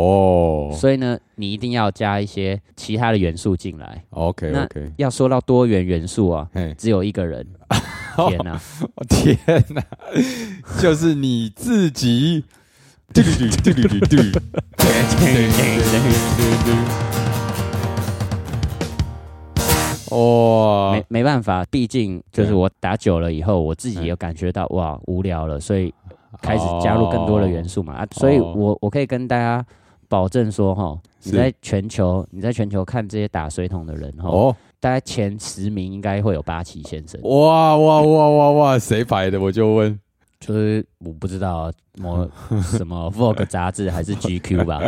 [SPEAKER 2] 哦
[SPEAKER 1] 所以呢，你一定要加一些其他的元素进来。
[SPEAKER 2] ，OK
[SPEAKER 1] 那
[SPEAKER 2] OK，
[SPEAKER 1] 要说到多元元素啊，
[SPEAKER 2] 嘿，
[SPEAKER 1] 只有一个人，
[SPEAKER 2] 哦
[SPEAKER 1] 天哪、
[SPEAKER 2] *laughs* 我天哪，就是你自己。嘟嘟嘟嘟嘟嘟嘟哇哦
[SPEAKER 1] 没，没办法，毕竟就是
[SPEAKER 2] 对
[SPEAKER 1] 我打久了以后，我
[SPEAKER 2] 哎
[SPEAKER 1] 自己也感觉到哇无聊了，所以开始加入更多的元
[SPEAKER 2] 素。
[SPEAKER 1] 素嘛。啊，所以
[SPEAKER 2] 哦
[SPEAKER 1] 我我可以跟大家保证说哈，你
[SPEAKER 2] 是
[SPEAKER 1] 在全球你在全球看这些打水桶的人哈，
[SPEAKER 2] 哦，
[SPEAKER 1] 大概前十名应该会有八旗先生，
[SPEAKER 2] 哇哇哇哇哇，谁排的？我就问。
[SPEAKER 1] 就是我不知道某什
[SPEAKER 2] *laughs*
[SPEAKER 1] 么 Vogue 杂志还是 GQ 吧，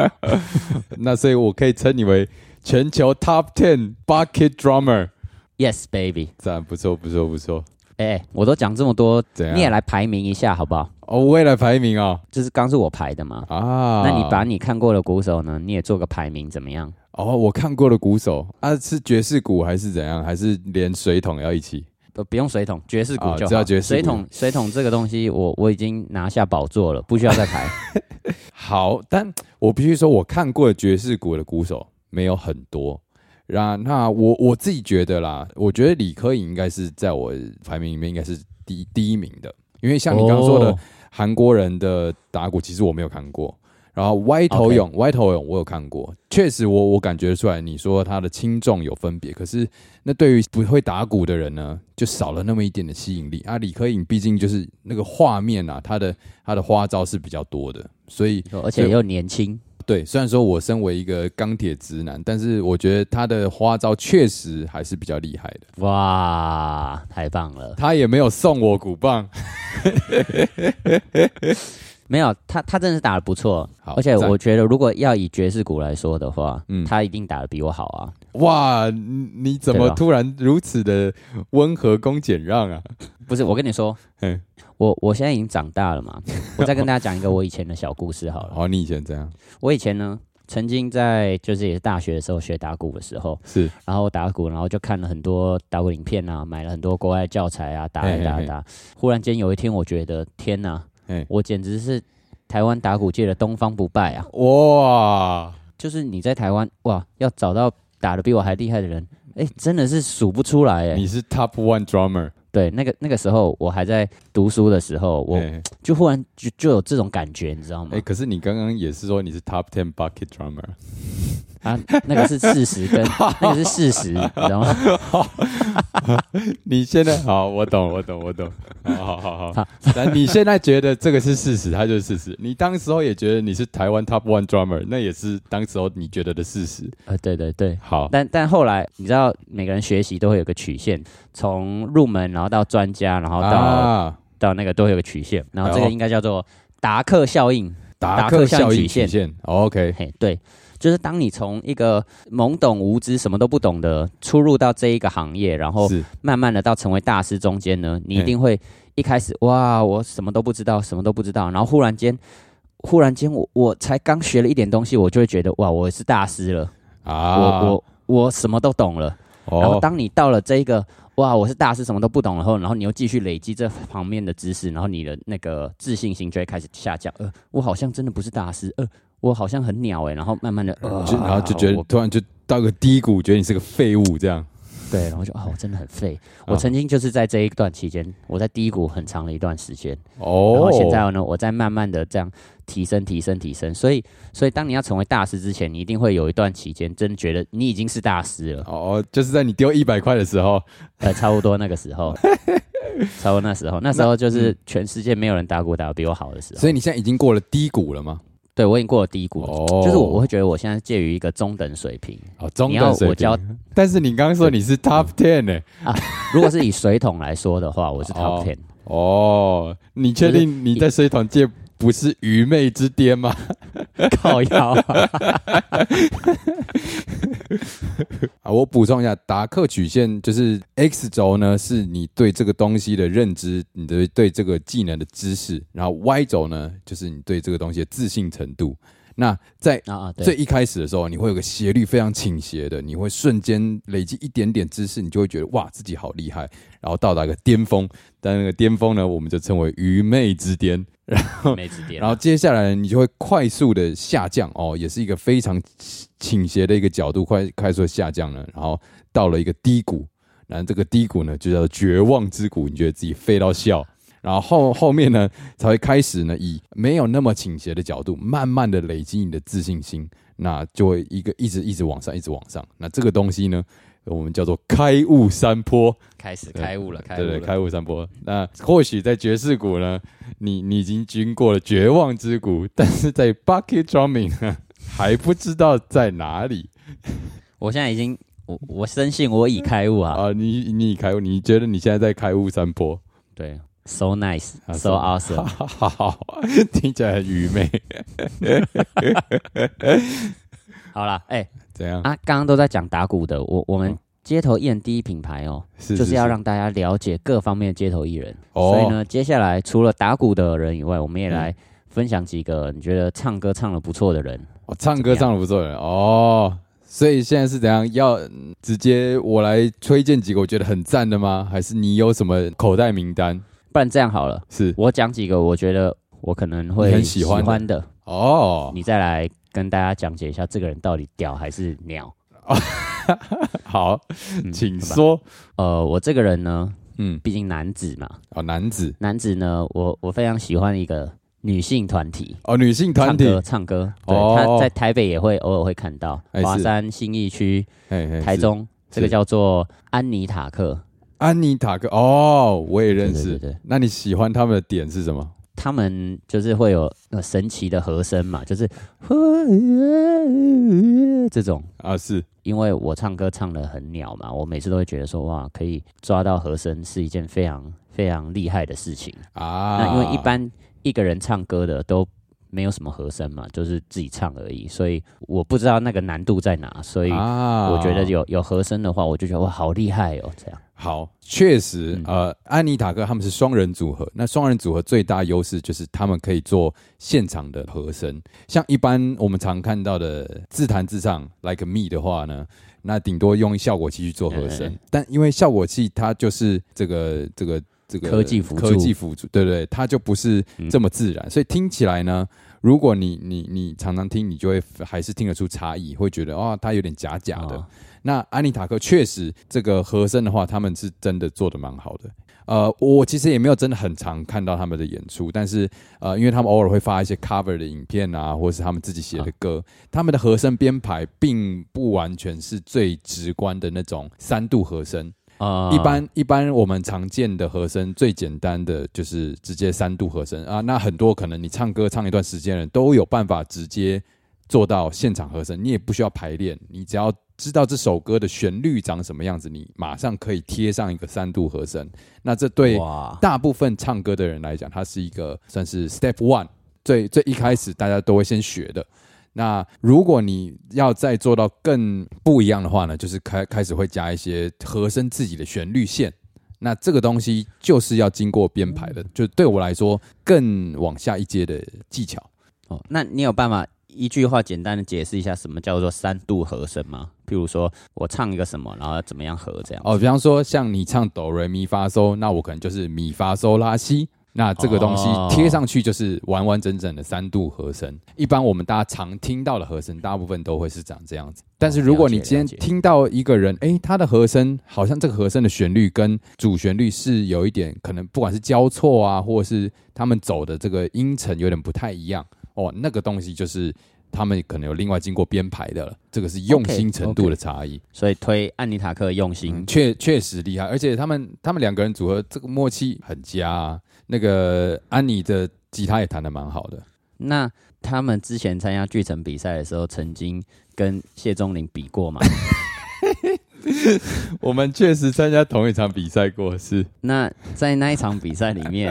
[SPEAKER 2] 那所以我可以称你为全球 Top Ten Bucket Drummer。
[SPEAKER 1] ，Yes baby，
[SPEAKER 2] 赞，不错不错不错。
[SPEAKER 1] 哎、我都讲这么多，
[SPEAKER 2] 怎样？
[SPEAKER 1] 你也来排名一下好不好？
[SPEAKER 2] 哦，未来排名哦。
[SPEAKER 1] 就是刚是我排的嘛。
[SPEAKER 2] 啊，
[SPEAKER 1] 那你把你看过的鼓手呢，你也做个排名怎么样？
[SPEAKER 2] 哦，我看过的鼓手啊，是爵士鼓还是怎样？还是连水桶也要一起？
[SPEAKER 1] 不，不用水桶，爵士鼓
[SPEAKER 2] 啊
[SPEAKER 1] 就好。
[SPEAKER 2] 只要爵士鼓
[SPEAKER 1] 水桶，水桶这个东西我，我已经拿下宝座了，不需要再
[SPEAKER 2] *laughs*
[SPEAKER 1] 排。
[SPEAKER 2] 好，但我必须说，我看过的爵士鼓的鼓手没有很多。那那我我自己觉得啦，我觉得李科颖应该是在我排名里面应该是第第一名的，因为像你刚刚说的，
[SPEAKER 1] 哦
[SPEAKER 2] 韩国人的打鼓，其实我没有看过。然后歪头泳歪头泳我有看过，确实我我感觉出来，你说它的轻重有分别，可是那对于不会打鼓的人呢，就少了那么一点的吸引力啊。李克颖毕竟就是那个画面啊，他的他的花招是比较多的，所以
[SPEAKER 1] 哦而且又年轻，
[SPEAKER 2] 对，虽然说我身为一个钢铁直男，但是我觉得他的花招确实还是比较厉害的。
[SPEAKER 1] 哇，太棒了！
[SPEAKER 2] 他也没有送我鼓棒，
[SPEAKER 1] 没有他，他真的是打的不错，
[SPEAKER 2] 好
[SPEAKER 1] 而且
[SPEAKER 2] 赞
[SPEAKER 1] 我觉得如果要以爵士鼓来说的话，
[SPEAKER 2] 嗯
[SPEAKER 1] 他一定打的比我好啊。
[SPEAKER 2] 哇！你你怎
[SPEAKER 1] 对
[SPEAKER 2] 么
[SPEAKER 1] 吧
[SPEAKER 2] 突然如此的温和恭俭让啊？
[SPEAKER 1] 不是，我跟你说
[SPEAKER 2] 嘿，
[SPEAKER 1] 我我现在已经长大了
[SPEAKER 2] *laughs*
[SPEAKER 1] 嘛，我再跟大家讲一个我以前的小故事好了。
[SPEAKER 2] 哦，你以前这样
[SPEAKER 1] 我以前呢，曾经在就是也是大学的时候学打鼓的时候，
[SPEAKER 2] 是
[SPEAKER 1] 然后打鼓，然后就看了很多打鼓影片啊，买了很多国外教材啊，打一打
[SPEAKER 2] 嘿嘿
[SPEAKER 1] 一
[SPEAKER 2] 嘿
[SPEAKER 1] 打。忽然间有一天，我觉得天哪
[SPEAKER 2] 嘿，
[SPEAKER 1] 我简直是台湾打鼓界的东方不败啊！
[SPEAKER 2] 哇，
[SPEAKER 1] 就是你在台湾哇，要找到打的比我还厉害的人，哎，真的是数不出来哎
[SPEAKER 2] 你。是 Top One Drummer，
[SPEAKER 1] 对，那个那个时候我还在读书的时候，我
[SPEAKER 2] 哎、
[SPEAKER 1] 就忽然就就有这种感觉，你知道吗
[SPEAKER 2] 哎？可是你刚刚也是说你是 Top Ten Bucket Drummer，
[SPEAKER 1] 啊，那个是事实
[SPEAKER 2] *laughs*
[SPEAKER 1] 跟那个是事实，你知道吗？
[SPEAKER 2] 你现在好，我懂，我懂，我懂，好好好好，但你现在觉得这个是事实，它就是事实。你当时候也觉得你是台湾 Top One Drummer，那也是当时候你觉得的事实。
[SPEAKER 1] 呃，对对对，
[SPEAKER 2] 好，
[SPEAKER 1] 但但后来你知道，每个人学习都会有个曲线，从入门然后到专家，然后到、
[SPEAKER 2] 啊，
[SPEAKER 1] 到那个都会有个曲线，然后这
[SPEAKER 2] 哎
[SPEAKER 1] 个
[SPEAKER 2] 呦
[SPEAKER 1] 应该叫做达克效应。
[SPEAKER 2] 达
[SPEAKER 1] 达
[SPEAKER 2] 克
[SPEAKER 1] 克
[SPEAKER 2] 效
[SPEAKER 1] 效应
[SPEAKER 2] 应曲
[SPEAKER 1] 曲
[SPEAKER 2] 线。哦 OK，
[SPEAKER 1] 嘿，对，就是当你从一个懵懂无知、什么都不懂的出入到这一个行业，然后
[SPEAKER 2] 是
[SPEAKER 1] 慢慢的到成为大师中间呢，你一
[SPEAKER 2] 嘿
[SPEAKER 1] 定会一开始哇，我什么都不知道，什么都不知道，然后忽然间。忽然间我，我才刚学了一点东西，我就会觉得哇，我是大师了，
[SPEAKER 2] 啊，哦
[SPEAKER 1] 我我我什么都懂了。
[SPEAKER 2] 我
[SPEAKER 1] 然后当你到了这一个哇，我是大师，什么都不懂了后，然后你又继续累积这方面的知识，然后你的那个自信心就会开始下降。呃，我好像真的不是大师，呃，我好像很鸟哎、然后慢慢的，呃，
[SPEAKER 2] 嗯就然后就觉得
[SPEAKER 1] 我
[SPEAKER 2] 突然就到个低谷，觉得你是个废物这样。
[SPEAKER 1] 对，然后就哦，我真的很废。
[SPEAKER 2] 啊
[SPEAKER 1] 我曾经就是在这一段期间，我在低谷很长的一段时间，
[SPEAKER 2] 哦，
[SPEAKER 1] 然后现在呢，我在慢慢的这样提升、提升、提升。所以，所以当你要成为大师之前，你一定会有一段期间，真的觉得你已经是大师了。
[SPEAKER 2] 哦，就是在你丢一百块的时候，
[SPEAKER 1] 呃，差不多那个时
[SPEAKER 2] *laughs*
[SPEAKER 1] 候，差不多那时候，那时候就是
[SPEAKER 2] 嗯
[SPEAKER 1] 全世界没有人打鼓打得比我好的时候。
[SPEAKER 2] 所以你现在已经过了低谷了吗？
[SPEAKER 1] 对我已经过了低谷了，
[SPEAKER 2] 哦，
[SPEAKER 1] 就是我我会觉得我现在介于一个中等水平。
[SPEAKER 2] 哦中
[SPEAKER 1] 你要
[SPEAKER 2] 等水
[SPEAKER 1] 我教
[SPEAKER 2] 平。但是你刚刚说你是 Top Ten 呢？
[SPEAKER 1] 如果是以水桶来说的话，我
[SPEAKER 2] *laughs*
[SPEAKER 1] 是 top
[SPEAKER 2] 哦
[SPEAKER 1] ten。
[SPEAKER 2] 哦，你
[SPEAKER 1] 就
[SPEAKER 2] 确
[SPEAKER 1] 是
[SPEAKER 2] 定你在水桶界不是愚昧之巅吗？
[SPEAKER 1] 靠腰、
[SPEAKER 2] *laughs* 啊，我补充一下，达克曲线就是 X 轴呢，是你对这个东西的认知，你的对这个技能的知识，然后 Y 轴呢，就是你对这个东西的自信程度。那在
[SPEAKER 1] 啊啊，
[SPEAKER 2] 最
[SPEAKER 1] 对，
[SPEAKER 2] 一开始的时候，你会有个斜率非常倾斜的，你会瞬间累积一点点知识，你就会觉得哇，自己好厉害，然后到达一个巅峰。但那个巅峰呢，我们就称为愚昧之巅。
[SPEAKER 1] 妹子点。啊
[SPEAKER 2] 然后接下来你就会快速的下降哦，也是一个非常倾斜的一个角度，快快速的下降了。然后到了一个低谷，然后这个低谷呢就叫做绝望之谷，你觉得自己废到笑。然后后 *laughs* 后面呢才会开始呢，以没有那么倾斜的角度，慢慢的累积你的自信心，那就会一个一直一直往上，一直往上。那这个东西呢，我们叫做开悟山坡。
[SPEAKER 1] 开始
[SPEAKER 2] 对
[SPEAKER 1] 开悟了，开悟
[SPEAKER 2] 对对，
[SPEAKER 1] 了。
[SPEAKER 2] 开悟山坡。那或许在爵士鼓呢，你你已经经过了绝望之谷，但是在 bucket drumming 呢， *laughs* 还不知道在哪里
[SPEAKER 1] 我现在已经，我我深信我已开悟啊。
[SPEAKER 2] 啊！你你开悟，你觉得你现在在开悟山坡？
[SPEAKER 1] 对，so
[SPEAKER 2] 啊
[SPEAKER 1] nice，so
[SPEAKER 2] ，so-
[SPEAKER 1] awesome。
[SPEAKER 2] 好， *laughs* 听起来很愚昧，
[SPEAKER 1] 好啦，哎、
[SPEAKER 2] 怎样？
[SPEAKER 1] 啊，刚刚都在讲打鼓的，我我们
[SPEAKER 2] 嗯
[SPEAKER 1] 街头艺人第一品牌哦，
[SPEAKER 2] 是
[SPEAKER 1] 就是要让大家了解各方面的街头艺人。
[SPEAKER 2] 哦
[SPEAKER 1] 所
[SPEAKER 2] 嗯
[SPEAKER 1] 以呢，接下来除了打鼓的人以外，我们也来分享几个你觉得唱歌唱的不错的人。
[SPEAKER 2] 哦，唱歌
[SPEAKER 1] 怎么
[SPEAKER 2] 唱的不错的人哦。所以现在是怎样？要嗯直接我来推荐几个我觉得很赞的吗？还是你有什么口袋名单？
[SPEAKER 1] 不然这样好了，
[SPEAKER 2] 是
[SPEAKER 1] 我讲几个我觉得我可能会
[SPEAKER 2] 嗯你很喜欢的
[SPEAKER 1] 欢的，
[SPEAKER 2] 哦，
[SPEAKER 1] 你再来跟大家讲解一下这个人到底屌还是
[SPEAKER 2] *laughs*
[SPEAKER 1] 鸟。
[SPEAKER 2] 好，
[SPEAKER 1] 嗯
[SPEAKER 2] 请
[SPEAKER 1] 好吧
[SPEAKER 2] 说。
[SPEAKER 1] 呃，我这个人呢，
[SPEAKER 2] 嗯，
[SPEAKER 1] 毕竟男子嘛，
[SPEAKER 2] 哦，男子
[SPEAKER 1] 男子呢，我我非常喜欢一个女性团体，
[SPEAKER 2] 哦，女性团体
[SPEAKER 1] 唱，歌唱歌，对，
[SPEAKER 2] 哦
[SPEAKER 1] 他在台北也会偶尔会看到，
[SPEAKER 2] 哎是
[SPEAKER 1] 华山信义区、
[SPEAKER 2] 嘿嘿
[SPEAKER 1] 台
[SPEAKER 2] 是
[SPEAKER 1] 中，这个
[SPEAKER 2] 是
[SPEAKER 1] 叫做安妮塔克，
[SPEAKER 2] 安妮塔克，哦，我也认
[SPEAKER 1] 对
[SPEAKER 2] 识。
[SPEAKER 1] 对对对
[SPEAKER 2] 那你喜欢他们的点是什么？
[SPEAKER 1] 他们就是会有呃神奇的和声嘛，就是这种。
[SPEAKER 2] 啊，是
[SPEAKER 1] 因为我唱歌唱的很鸟嘛，我每次都会觉得说哇，可以抓到和声是一件非常非常厉害的事情。
[SPEAKER 2] 啊，
[SPEAKER 1] 那因为一般一个人唱歌的都没有什么和声嘛，就是自己唱而已，所以我不知道那个难度在哪，所以
[SPEAKER 2] 啊
[SPEAKER 1] 我觉得有有和声的话，我就觉得哇，好厉害哦，这样。
[SPEAKER 2] 好，确实，
[SPEAKER 1] 嗯
[SPEAKER 2] 呃，安妮塔克他们是双人组合。那双人组合最大优势就是他们可以做现场的和声。像一般我们常看到的自弹自唱，like me 的话呢，那顶多用效果器去做和声。
[SPEAKER 1] 嗯
[SPEAKER 2] 但因为效果器它就是这个这个这个
[SPEAKER 1] 科技辅助嗯
[SPEAKER 2] 科技辅助，对对，它就不是这么自然，所以听起来呢。如果你你你常常听，你就会还是听得出差异，会觉得哦，它有点假假的。
[SPEAKER 1] 哦
[SPEAKER 2] 那安妮塔克确实这个和声的话，他们是真的做的蛮好的。呃，我其实也没有真的很常看到他们的演出，但是呃，因为他们偶尔会发一些 cover 的影片啊，或者是他们自己写的歌，他们的和声编排并不完全是最直观的那种三度和声。
[SPEAKER 1] 啊
[SPEAKER 2] 一般一般我们常见的和声最简单的就是直接三度和声啊，那很多可能你唱歌唱一段时间的人都有办法直接做到现场和声，你也不需要排练，你只要知道这首歌的旋律长什么样子，你马上可以贴上一个三度和声。那这对
[SPEAKER 1] 哇，
[SPEAKER 2] 大部分唱歌的人来讲，它是一个算是 step one，最最一开始大家都会先学的。那如果你要再做到更不一样的话呢，就是开开始会加一些和声自己的旋律线。那这个东西就是要经过编排的，就对我来说更往下一阶的技巧。
[SPEAKER 1] 哦，那你有办法一句话简单的解释一下什么叫做三度和声吗？譬如说我唱一个什么，然后要怎么样和这样？
[SPEAKER 2] 哦，比方说像你唱哆来咪发嗦，那我可能就是咪发嗦拉西，那这个东西
[SPEAKER 1] 哦
[SPEAKER 2] 贴上去就是完完整整的三度和声。一般我们大家常听到的和声，大部分都会是长这样子。但是如果你今
[SPEAKER 1] 哦
[SPEAKER 2] 天
[SPEAKER 1] 了解了解
[SPEAKER 2] 听到一个人，诶，他的和声好像这个和声的旋律跟主旋律是有一点可能，不管是交错啊，或者是他们走的这个音程有点不太一样哦，那个东西就是。他们可能有另外经过编排的了，这个是用
[SPEAKER 1] OK，
[SPEAKER 2] 心程度
[SPEAKER 1] OK
[SPEAKER 2] 的差异。
[SPEAKER 1] 所以推安妮塔克用心
[SPEAKER 2] 嗯，确确实厉害，而且他们他们两个人组合这个默契很佳、啊。那个安妮的吉他也弹得蛮好的，
[SPEAKER 1] 那他们之前参加剧城比赛的时候，曾经跟谢钟林比过
[SPEAKER 2] *laughs*
[SPEAKER 1] 嘛？
[SPEAKER 2] 我们确实参加同一场比赛过，是
[SPEAKER 1] 那在那一场比赛里
[SPEAKER 2] *laughs*
[SPEAKER 1] 面，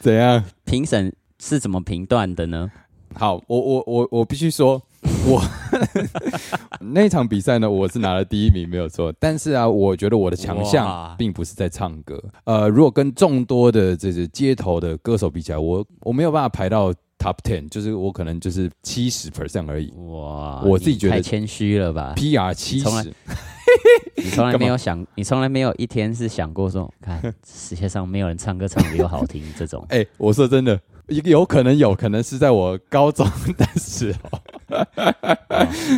[SPEAKER 2] 怎样？
[SPEAKER 1] 评审是怎么评断的呢？
[SPEAKER 2] 好，我我我我必须说，我 *laughs* 那场比赛呢，我是拿了第一名，没有错。但是啊，我觉得我的强项
[SPEAKER 1] 哇
[SPEAKER 2] 并不是在唱歌。呃，如果跟众多的这些街头的歌手比起来，我我没有办法排到 top ten，就是我可能就是七十 percent 而已
[SPEAKER 1] 哇，
[SPEAKER 2] 我自己
[SPEAKER 1] 你
[SPEAKER 2] 觉得
[SPEAKER 1] 太谦虚了
[SPEAKER 2] *laughs*
[SPEAKER 1] 吧？
[SPEAKER 2] ，PR 七
[SPEAKER 1] 从来
[SPEAKER 2] 十。
[SPEAKER 1] 你从来
[SPEAKER 2] 干嘛
[SPEAKER 1] 没有想，你从来没有一天是想过说， *laughs* 看世界上没有人唱歌唱得比我好听这种。
[SPEAKER 2] 哎、我说真的，有可能有可能是在我高中的时候，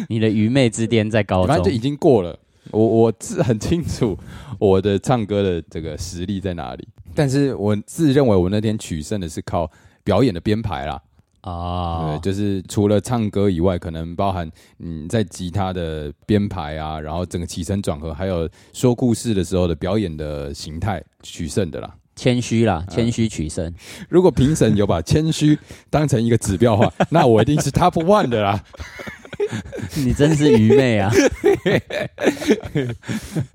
[SPEAKER 1] 你的愚昧之巅在高
[SPEAKER 2] 反正就已
[SPEAKER 1] 中，
[SPEAKER 2] 经过了。我我自很清楚我的唱歌的这个实力在哪里，但是我自认为我那天取胜的是靠表演的编排啦。
[SPEAKER 1] 哦
[SPEAKER 2] 对，，就是除了唱歌以外，可能包含嗯在吉他的编排啊，然后整个起承转合，还有说故事的时候的表演的形态取胜的啦。
[SPEAKER 1] 谦虚
[SPEAKER 2] 嗯
[SPEAKER 1] 啦，谦虚取胜。 *laughs*
[SPEAKER 2] 如果评审有把谦虚当成一个指标
[SPEAKER 1] *laughs*
[SPEAKER 2] 的话，那我一定是 top one 的啦。
[SPEAKER 1] 你真是愚昧
[SPEAKER 2] *laughs*
[SPEAKER 1] 啊！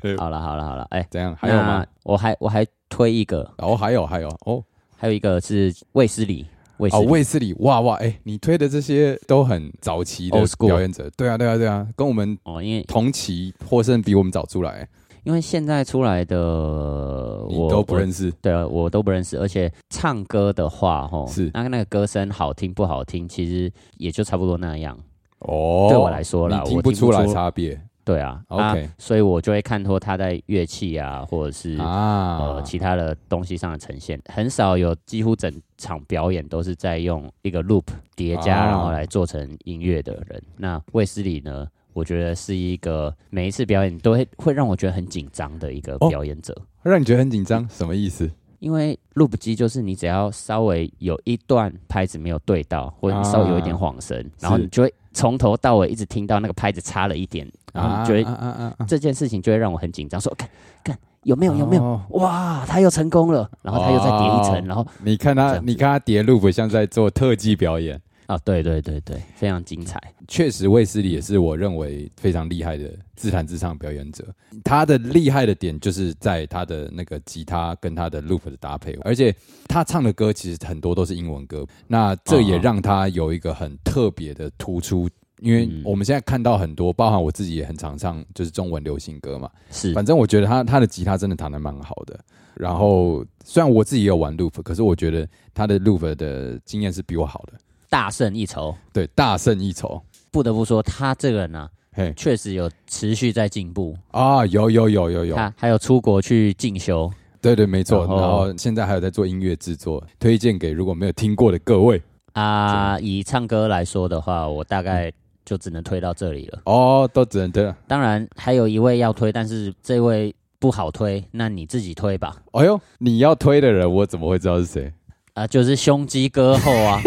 [SPEAKER 2] 对
[SPEAKER 1] 好了好了好了，哎、
[SPEAKER 2] 怎样？还有吗？
[SPEAKER 1] 那？我还我还推一个，
[SPEAKER 2] 哦，还有还有哦，
[SPEAKER 1] 还有一个是卫斯理，卫斯
[SPEAKER 2] 哦，
[SPEAKER 1] 理、
[SPEAKER 2] 卫斯理，哇哇，哎，你推的这些都很早期的
[SPEAKER 1] Old school
[SPEAKER 2] 表演者，对啊对啊对啊，跟我们
[SPEAKER 1] 哦，因为
[SPEAKER 2] 同期或甚至比我们早出来，
[SPEAKER 1] 因为现在出来的我
[SPEAKER 2] 你都不认
[SPEAKER 1] 识，
[SPEAKER 2] 识
[SPEAKER 1] 对啊，我都不认识。而且唱歌的话，吼，
[SPEAKER 2] 是
[SPEAKER 1] 那那个歌声好听不好听，其实也就差不多那样。
[SPEAKER 2] 哦，
[SPEAKER 1] 对我来说啦，
[SPEAKER 2] 你
[SPEAKER 1] 我
[SPEAKER 2] 听不出来差别
[SPEAKER 1] 对啊
[SPEAKER 2] OK
[SPEAKER 1] 啊，所以我就会看脱他在乐器啊，或者是、
[SPEAKER 2] 啊
[SPEAKER 1] 呃，其他的东西上的呈现，很少有几乎整场表演都是在用一个 loop 叠加，
[SPEAKER 2] 啊
[SPEAKER 1] 然后来做成音乐的人。那卫斯理呢？我觉得是一个每一次表演都会会让我觉得很紧张的一个
[SPEAKER 2] 哦
[SPEAKER 1] 表演者，
[SPEAKER 2] 让你觉得很紧张，什么意思？
[SPEAKER 1] 因为录不机就是你只要稍微有一段拍子没有对到，或者你稍微有一
[SPEAKER 2] 啊
[SPEAKER 1] 点晃神，然后你就会从头到尾一直听到那个拍子差了一点，然后你觉得
[SPEAKER 2] 啊啊啊啊啊
[SPEAKER 1] 这件事情就会让我很紧张，说看看有没有有没有、
[SPEAKER 2] 哦
[SPEAKER 1] 哇，他又成功了，然后他又再叠一层，
[SPEAKER 2] 哦
[SPEAKER 1] 然后
[SPEAKER 2] 你看
[SPEAKER 1] 这
[SPEAKER 2] 他，
[SPEAKER 1] 样子
[SPEAKER 2] 你看他叠 loop 像在做特技表演。
[SPEAKER 1] 啊，对对对对，非常精彩。
[SPEAKER 2] 确实，卫斯理也是我认为非常厉害的自弹自唱表演者。他的厉害的点就是在他的那个吉他跟他的 loop 的搭配，而且他唱的歌其实很多都是英文歌，那这也
[SPEAKER 1] 啊
[SPEAKER 2] 让他有一个很特别的突出。因为
[SPEAKER 1] 嗯
[SPEAKER 2] 我们现在看到很多，包含我自己也很常唱，就是中文流行歌嘛。
[SPEAKER 1] 是
[SPEAKER 2] 反正我觉得他他的吉他真的弹得蛮好的。然后虽然我自己也有玩 loop，可是我觉得他的 loop 的经验是比我好的，
[SPEAKER 1] 大胜一筹，
[SPEAKER 2] 对，大胜一筹。
[SPEAKER 1] 不得不说，他这个人呢、
[SPEAKER 2] 嘿
[SPEAKER 1] 确实有持续在进步。
[SPEAKER 2] 啊，有有有有有，
[SPEAKER 1] 他还有出国去进修，
[SPEAKER 2] 对对，没错。
[SPEAKER 1] 啊然
[SPEAKER 2] 然
[SPEAKER 1] 后
[SPEAKER 2] 后现在还有在做音乐制作，推荐给如果没有听过的各位。
[SPEAKER 1] 啊、以唱歌来说的话，我大
[SPEAKER 2] 嗯
[SPEAKER 1] 概就只能推到这里了。
[SPEAKER 2] 哦，都只能对了。
[SPEAKER 1] 当然还有一位要推，但是这位不好推，那你自己推吧。
[SPEAKER 2] 哎呦，你要推的人，我怎么会知道是谁？
[SPEAKER 1] 啊、就是胸肌歌后啊，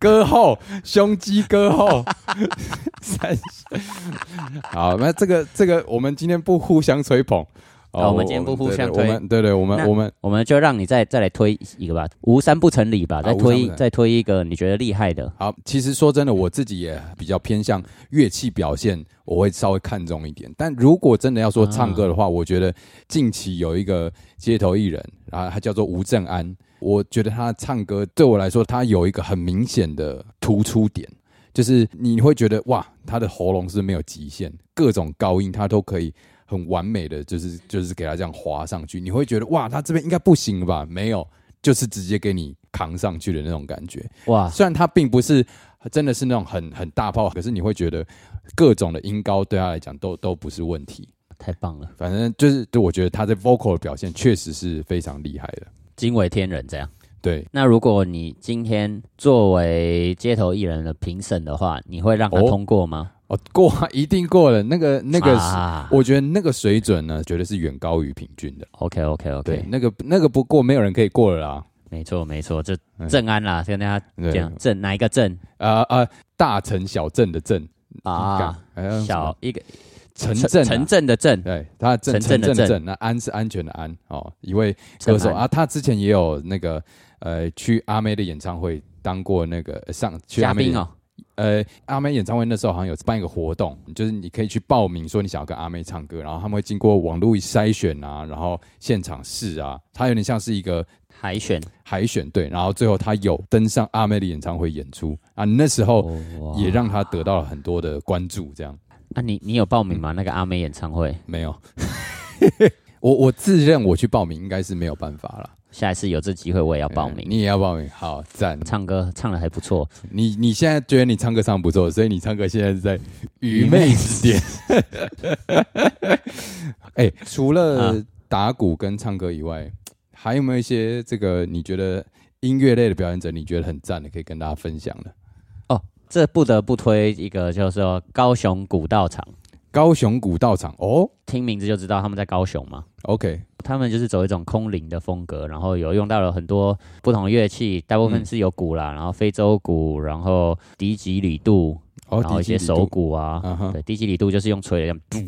[SPEAKER 2] 歌后，胸肌歌后， *laughs* 三小。好，那这个这个，我们今天不互相吹捧。哦
[SPEAKER 1] 好哦我们今天不互
[SPEAKER 2] 对对
[SPEAKER 1] 相
[SPEAKER 2] 我们对对，我
[SPEAKER 1] 那
[SPEAKER 2] 们我们
[SPEAKER 1] 我们就让你再再来推一个吧，无三不成理吧，再
[SPEAKER 2] 啊无三
[SPEAKER 1] 推、
[SPEAKER 2] 不成
[SPEAKER 1] 再推一个你觉得厉害的。
[SPEAKER 2] 好。其实说真的，我自己也比较偏向乐器表现，我会稍微看重一点。但如果真的要说唱歌的话，我觉得近期有一个街头艺人，然后他叫做吴正安，我觉得他唱歌对我来说，他有一个很明显的突出点，就是你会觉得哇，他的喉咙是没有极限，各种高音他都可以很完美的，就是就是给他这样滑上去，你会觉得哇，他这边应该不行了吧？没有，就是直接给你扛上去的那种感觉。
[SPEAKER 1] 哇，
[SPEAKER 2] 虽然他并不是真的是那种很很大炮，可是你会觉得各种的音高对他来讲都都不是问题。
[SPEAKER 1] 太棒了，
[SPEAKER 2] 反正就是，对我觉得他在 vocal 的表现确实是非常厉害的。
[SPEAKER 1] 惊为天人这样。
[SPEAKER 2] 对，
[SPEAKER 1] 那如果你今天作为街头艺人的评审的话，你会让他
[SPEAKER 2] 哦
[SPEAKER 1] 通过吗？
[SPEAKER 2] 哦，过啊一定过了。那个那个，
[SPEAKER 1] 啊、
[SPEAKER 2] 我觉得那个水准呢，绝对是远高于平均的。
[SPEAKER 1] OK OK
[SPEAKER 2] 对，
[SPEAKER 1] OK，
[SPEAKER 2] 那个那个不过，没有人可以过了啦。
[SPEAKER 1] 没错没错，这
[SPEAKER 2] 嗯
[SPEAKER 1] 正安啦，跟大家
[SPEAKER 2] 对，
[SPEAKER 1] 讲正哪一个正
[SPEAKER 2] 啊啊，大城小镇的镇
[SPEAKER 1] 啊？，
[SPEAKER 2] 干哎
[SPEAKER 1] 小一个
[SPEAKER 2] 城镇啊
[SPEAKER 1] 城镇的镇，
[SPEAKER 2] 对，他
[SPEAKER 1] 城
[SPEAKER 2] 镇
[SPEAKER 1] 镇
[SPEAKER 2] 城
[SPEAKER 1] 的
[SPEAKER 2] 镇的
[SPEAKER 1] 镇
[SPEAKER 2] 镇，那安是安全的安哦，一位歌手
[SPEAKER 1] 正安
[SPEAKER 2] 啊，他之前也有那个呃去阿妹的演唱会当过那个呃上去
[SPEAKER 1] 嘉
[SPEAKER 2] 阿妹
[SPEAKER 1] 宾
[SPEAKER 2] 的
[SPEAKER 1] 哦，
[SPEAKER 2] 呃，阿妹演唱会那时候好像有办一个活动，就是你可以去报名，说你想要跟阿妹唱歌，然后他们会经过网络筛选啊，然后现场试啊，它有点像是一个
[SPEAKER 1] 海选
[SPEAKER 2] 海选队，然后最后他有登上阿妹的演唱会演出啊，那时候
[SPEAKER 1] 哦
[SPEAKER 2] 也让他得到了很多的关注，这样
[SPEAKER 1] 啊，你你有报名
[SPEAKER 2] 嗯
[SPEAKER 1] 吗？那个阿妹演唱会，
[SPEAKER 2] 没有， *laughs* 我我自认我去报名应该是没有办法了，
[SPEAKER 1] 下一次有这机会我也要报
[SPEAKER 2] 嗯
[SPEAKER 1] 名。
[SPEAKER 2] 你也要报名，好赞，
[SPEAKER 1] 唱歌唱的还不错，
[SPEAKER 2] 你你现在觉得你唱歌唱得不错，所以你唱歌现在是在愚昧之巅。 *laughs* 哎、除了
[SPEAKER 1] 啊
[SPEAKER 2] 打鼓跟唱歌以外，还有没有一些这个你觉得音乐类的表演者你觉得很赞的，可以跟大家分享的？
[SPEAKER 1] 这不得不推一个，就是说高雄古道场，
[SPEAKER 2] 高雄古道场哦
[SPEAKER 1] 听名字就知道他们在高雄嘛。
[SPEAKER 2] ，OK，
[SPEAKER 1] 他们就是走一种空灵的风格，然后有用到了很多不同的乐器，大部分
[SPEAKER 2] 嗯
[SPEAKER 1] 是有鼓啦，然后非洲鼓，然后笛吉里度，
[SPEAKER 2] 哦，
[SPEAKER 1] 然后一些手
[SPEAKER 2] 鼓
[SPEAKER 1] 鼓啊，
[SPEAKER 2] 啊哈
[SPEAKER 1] 对，低级里度就是用吹的，这样嘟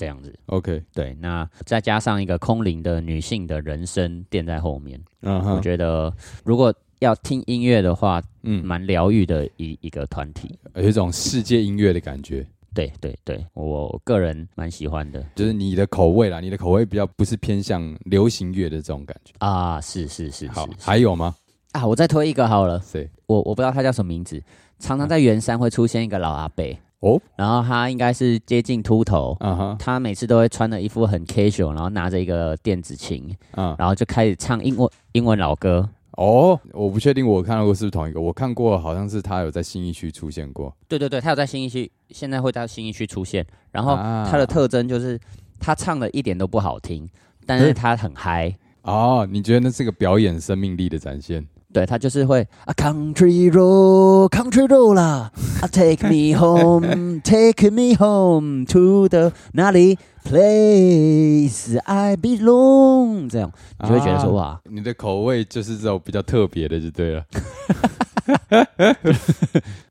[SPEAKER 1] 这样子。
[SPEAKER 2] ，OK，
[SPEAKER 1] 对，那再加上一个空灵的女性的人声垫在后面，
[SPEAKER 2] 嗯
[SPEAKER 1] 我
[SPEAKER 2] 哼，
[SPEAKER 1] 觉得如果要听音乐的话，
[SPEAKER 2] 嗯，
[SPEAKER 1] 蛮疗愈的一一个团体。
[SPEAKER 2] 有一种世界音乐的感觉，
[SPEAKER 1] 对对对，我我个人蛮喜欢的
[SPEAKER 2] 就是你的口味啦，你的口味比较不是偏向流行乐的这种感觉。
[SPEAKER 1] 啊，是是是
[SPEAKER 2] 好
[SPEAKER 1] 是，
[SPEAKER 2] 还有吗？
[SPEAKER 1] 啊，我再推一个好了，
[SPEAKER 2] 谁？
[SPEAKER 1] 我我不知道他叫什么名字，常常在圆山会出现一个老阿伯，
[SPEAKER 2] 哦，
[SPEAKER 1] 然后他应该是接近秃头，
[SPEAKER 2] 啊哈，
[SPEAKER 1] 他每次都会穿的一副很 casual，然后拿着一个电子琴，
[SPEAKER 2] 啊，
[SPEAKER 1] 然后就开始唱英文英文老歌。
[SPEAKER 2] 哦，我不确定我看到过是不是同一个，我看过好像是他有在新一区出现过。
[SPEAKER 1] 对对对，他有在新一区，现在会在新一区出现。然后
[SPEAKER 2] 啊
[SPEAKER 1] 哦他的特征就是他唱的一点都不好听，但是
[SPEAKER 2] 嗯
[SPEAKER 1] 他很嗨。
[SPEAKER 2] 哦，你觉得那是个表演生命力的展现？
[SPEAKER 1] 对他就是会啊，Country Road，Country Road *laughs* 啦，啊，Take me home，Take me home to the 哪里 place I belong，这样你就会觉得说、哇，
[SPEAKER 2] 啊你的口味就是这种比较特别的，就对了。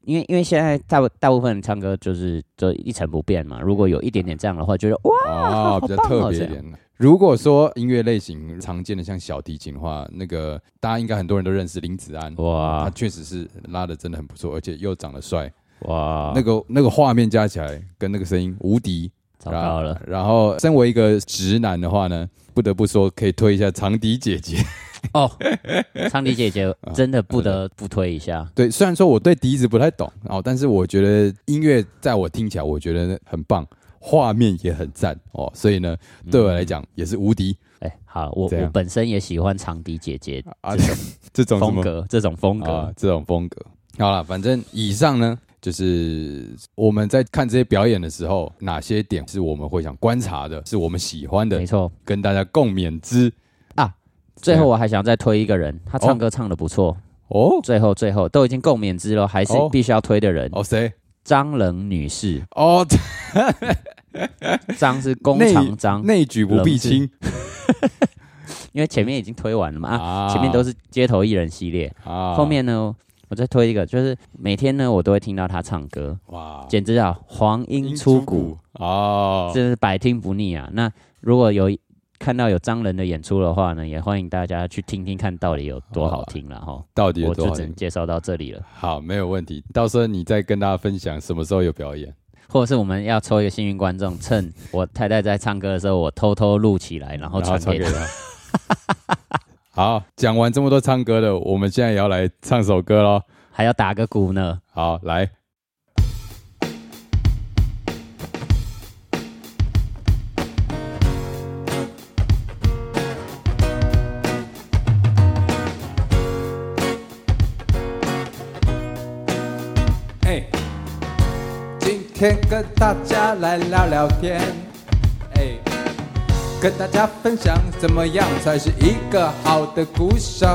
[SPEAKER 1] 因为因为现在大部大部分唱歌就是就一成不变嘛，如果有一点点这样的话，就是哇，
[SPEAKER 2] 哦，
[SPEAKER 1] 好
[SPEAKER 2] 比较
[SPEAKER 1] 棒哦
[SPEAKER 2] 特别
[SPEAKER 1] 这
[SPEAKER 2] 一
[SPEAKER 1] 样
[SPEAKER 2] 点的。如果说音乐类型常见的像小提琴的话，那个大家应该很多人都认识林子安，
[SPEAKER 1] 哇
[SPEAKER 2] 他确实是拉的真的很不错，而且又长得帅，
[SPEAKER 1] 哇，
[SPEAKER 2] 那个那个画面加起来跟那个声音无敌。
[SPEAKER 1] 糟糕了，
[SPEAKER 2] 然后，身为一个直男的话呢，不得不说可以推一下长笛姐姐。 *laughs*
[SPEAKER 1] 哦，昌迪姐姐
[SPEAKER 2] 啊
[SPEAKER 1] 真的不得不推一下，
[SPEAKER 2] 对，虽然说我对笛子不太懂哦，但是我觉得音乐在我听起来我觉得很棒，画面也很赞哦，所以呢，对我来讲也是无敌
[SPEAKER 1] 哎，好，我
[SPEAKER 2] 这
[SPEAKER 1] 我
[SPEAKER 2] 样
[SPEAKER 1] 本身也喜欢长笛姐姐
[SPEAKER 2] 啊。 *laughs* 这种什
[SPEAKER 1] 风
[SPEAKER 2] 么
[SPEAKER 1] 格，这种风
[SPEAKER 2] 啊
[SPEAKER 1] 格，，
[SPEAKER 2] 这种风格。好了，反正以上呢，就是我们在看这些表演的时候，哪些点是我们会想观察的，是我们喜欢的
[SPEAKER 1] 没，错。
[SPEAKER 2] 跟大家共勉之
[SPEAKER 1] 最后我还想再推一个人，他唱歌唱的不错。
[SPEAKER 2] 哦。
[SPEAKER 1] 最后最后都已经共勉之了，还是
[SPEAKER 2] 哦
[SPEAKER 1] 必须要推的人，
[SPEAKER 2] 哦谁？
[SPEAKER 1] 张冷女士，
[SPEAKER 2] 哦，
[SPEAKER 1] 张是工厂张，
[SPEAKER 2] 内举不避亲
[SPEAKER 1] 因为前面已经推完了嘛，啊，
[SPEAKER 2] 啊
[SPEAKER 1] 前面都是街头艺人系列，
[SPEAKER 2] 啊
[SPEAKER 1] 后面呢，我再推一个，就是每天呢我都会听到她唱歌，
[SPEAKER 2] 哇，
[SPEAKER 1] 简直啊，黄莺出谷，
[SPEAKER 2] 哦，
[SPEAKER 1] 真是百听不腻啊。那如果有看到有张人的演出的话呢，也欢迎大家去听听看到底有多好听了哈。
[SPEAKER 2] 到哦底有
[SPEAKER 1] 我
[SPEAKER 2] 多
[SPEAKER 1] 就
[SPEAKER 2] 少
[SPEAKER 1] 只
[SPEAKER 2] 人
[SPEAKER 1] 能？介绍到这里了，
[SPEAKER 2] 好，没有问题。到时候你再跟大家分享什么时候有表演。
[SPEAKER 1] 或者是我们要抽一个幸运观众，趁我太太在唱歌的时候，我偷偷录起来，然后传给她。
[SPEAKER 2] 他。
[SPEAKER 1] *laughs*
[SPEAKER 2] 好，讲完这么多唱歌的，我们现在也要来唱首歌喽。
[SPEAKER 1] 还要打个鼓呢。
[SPEAKER 2] 好，来，哎，今天跟大家来聊聊天，哎，跟大家分享怎么样才是一个好的鼓手，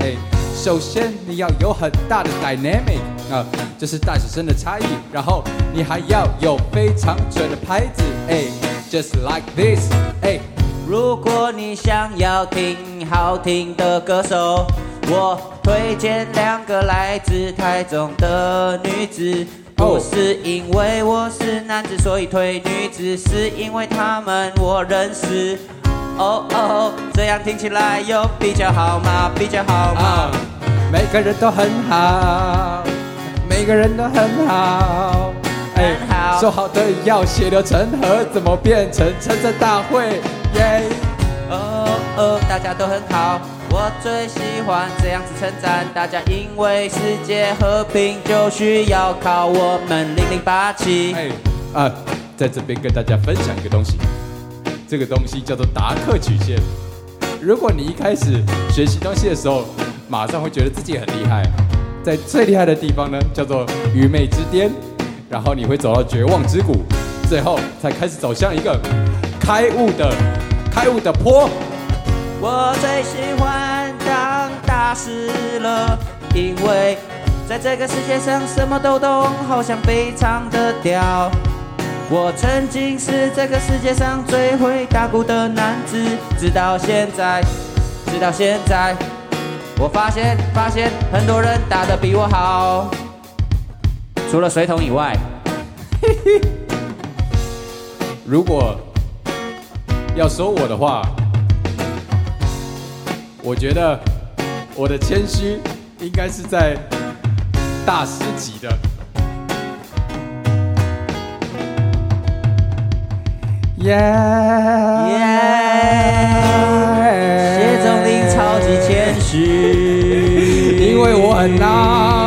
[SPEAKER 2] 哎，首先你要有很大的 dynamic 啊、就是大小声的差异，然后你还要有非常准的拍子，哎，just like this，哎，
[SPEAKER 1] 如果你想要听好听的歌手，我推荐两个来自台中的女子。
[SPEAKER 2] 哦
[SPEAKER 1] 不是因为我是男子所以推女子，是因为他们我认识。哦哦，这样听起来有比较好吗？比较好吗
[SPEAKER 2] 啊？，每个人都很好，每个人都很好。哎
[SPEAKER 1] 很好
[SPEAKER 2] 说好的要血流成河，怎么变成称赞大会？耶、
[SPEAKER 1] 哦哦，大家都很好，我最喜欢这样子称赞大家，因为世界和平就需要靠我们零零八七。
[SPEAKER 2] 哎，啊，在这边跟大家分享一个东西，这个东西叫做达克曲线。如果你一开始学习东西的时候，马上会觉得自己很厉害，啊在最厉害的地方呢，叫做愚昧之巅，然后你会走到绝望之谷，最后才开始走向一个开悟的开悟的坡。
[SPEAKER 1] 我最喜欢当大师了，因为在这个世界上什么都懂，好像非常的屌。我曾经是这个世界上最会打鼓的男子，直到现在，直到现在，我发现发现很多人打得比我好，除了水桶以外。
[SPEAKER 2] 如果要说我的话，我觉得我的谦虚应该是在大师级的。耶
[SPEAKER 1] 耶
[SPEAKER 2] 耶
[SPEAKER 1] 谢总理超级谦虚，
[SPEAKER 2] 因为我很孬。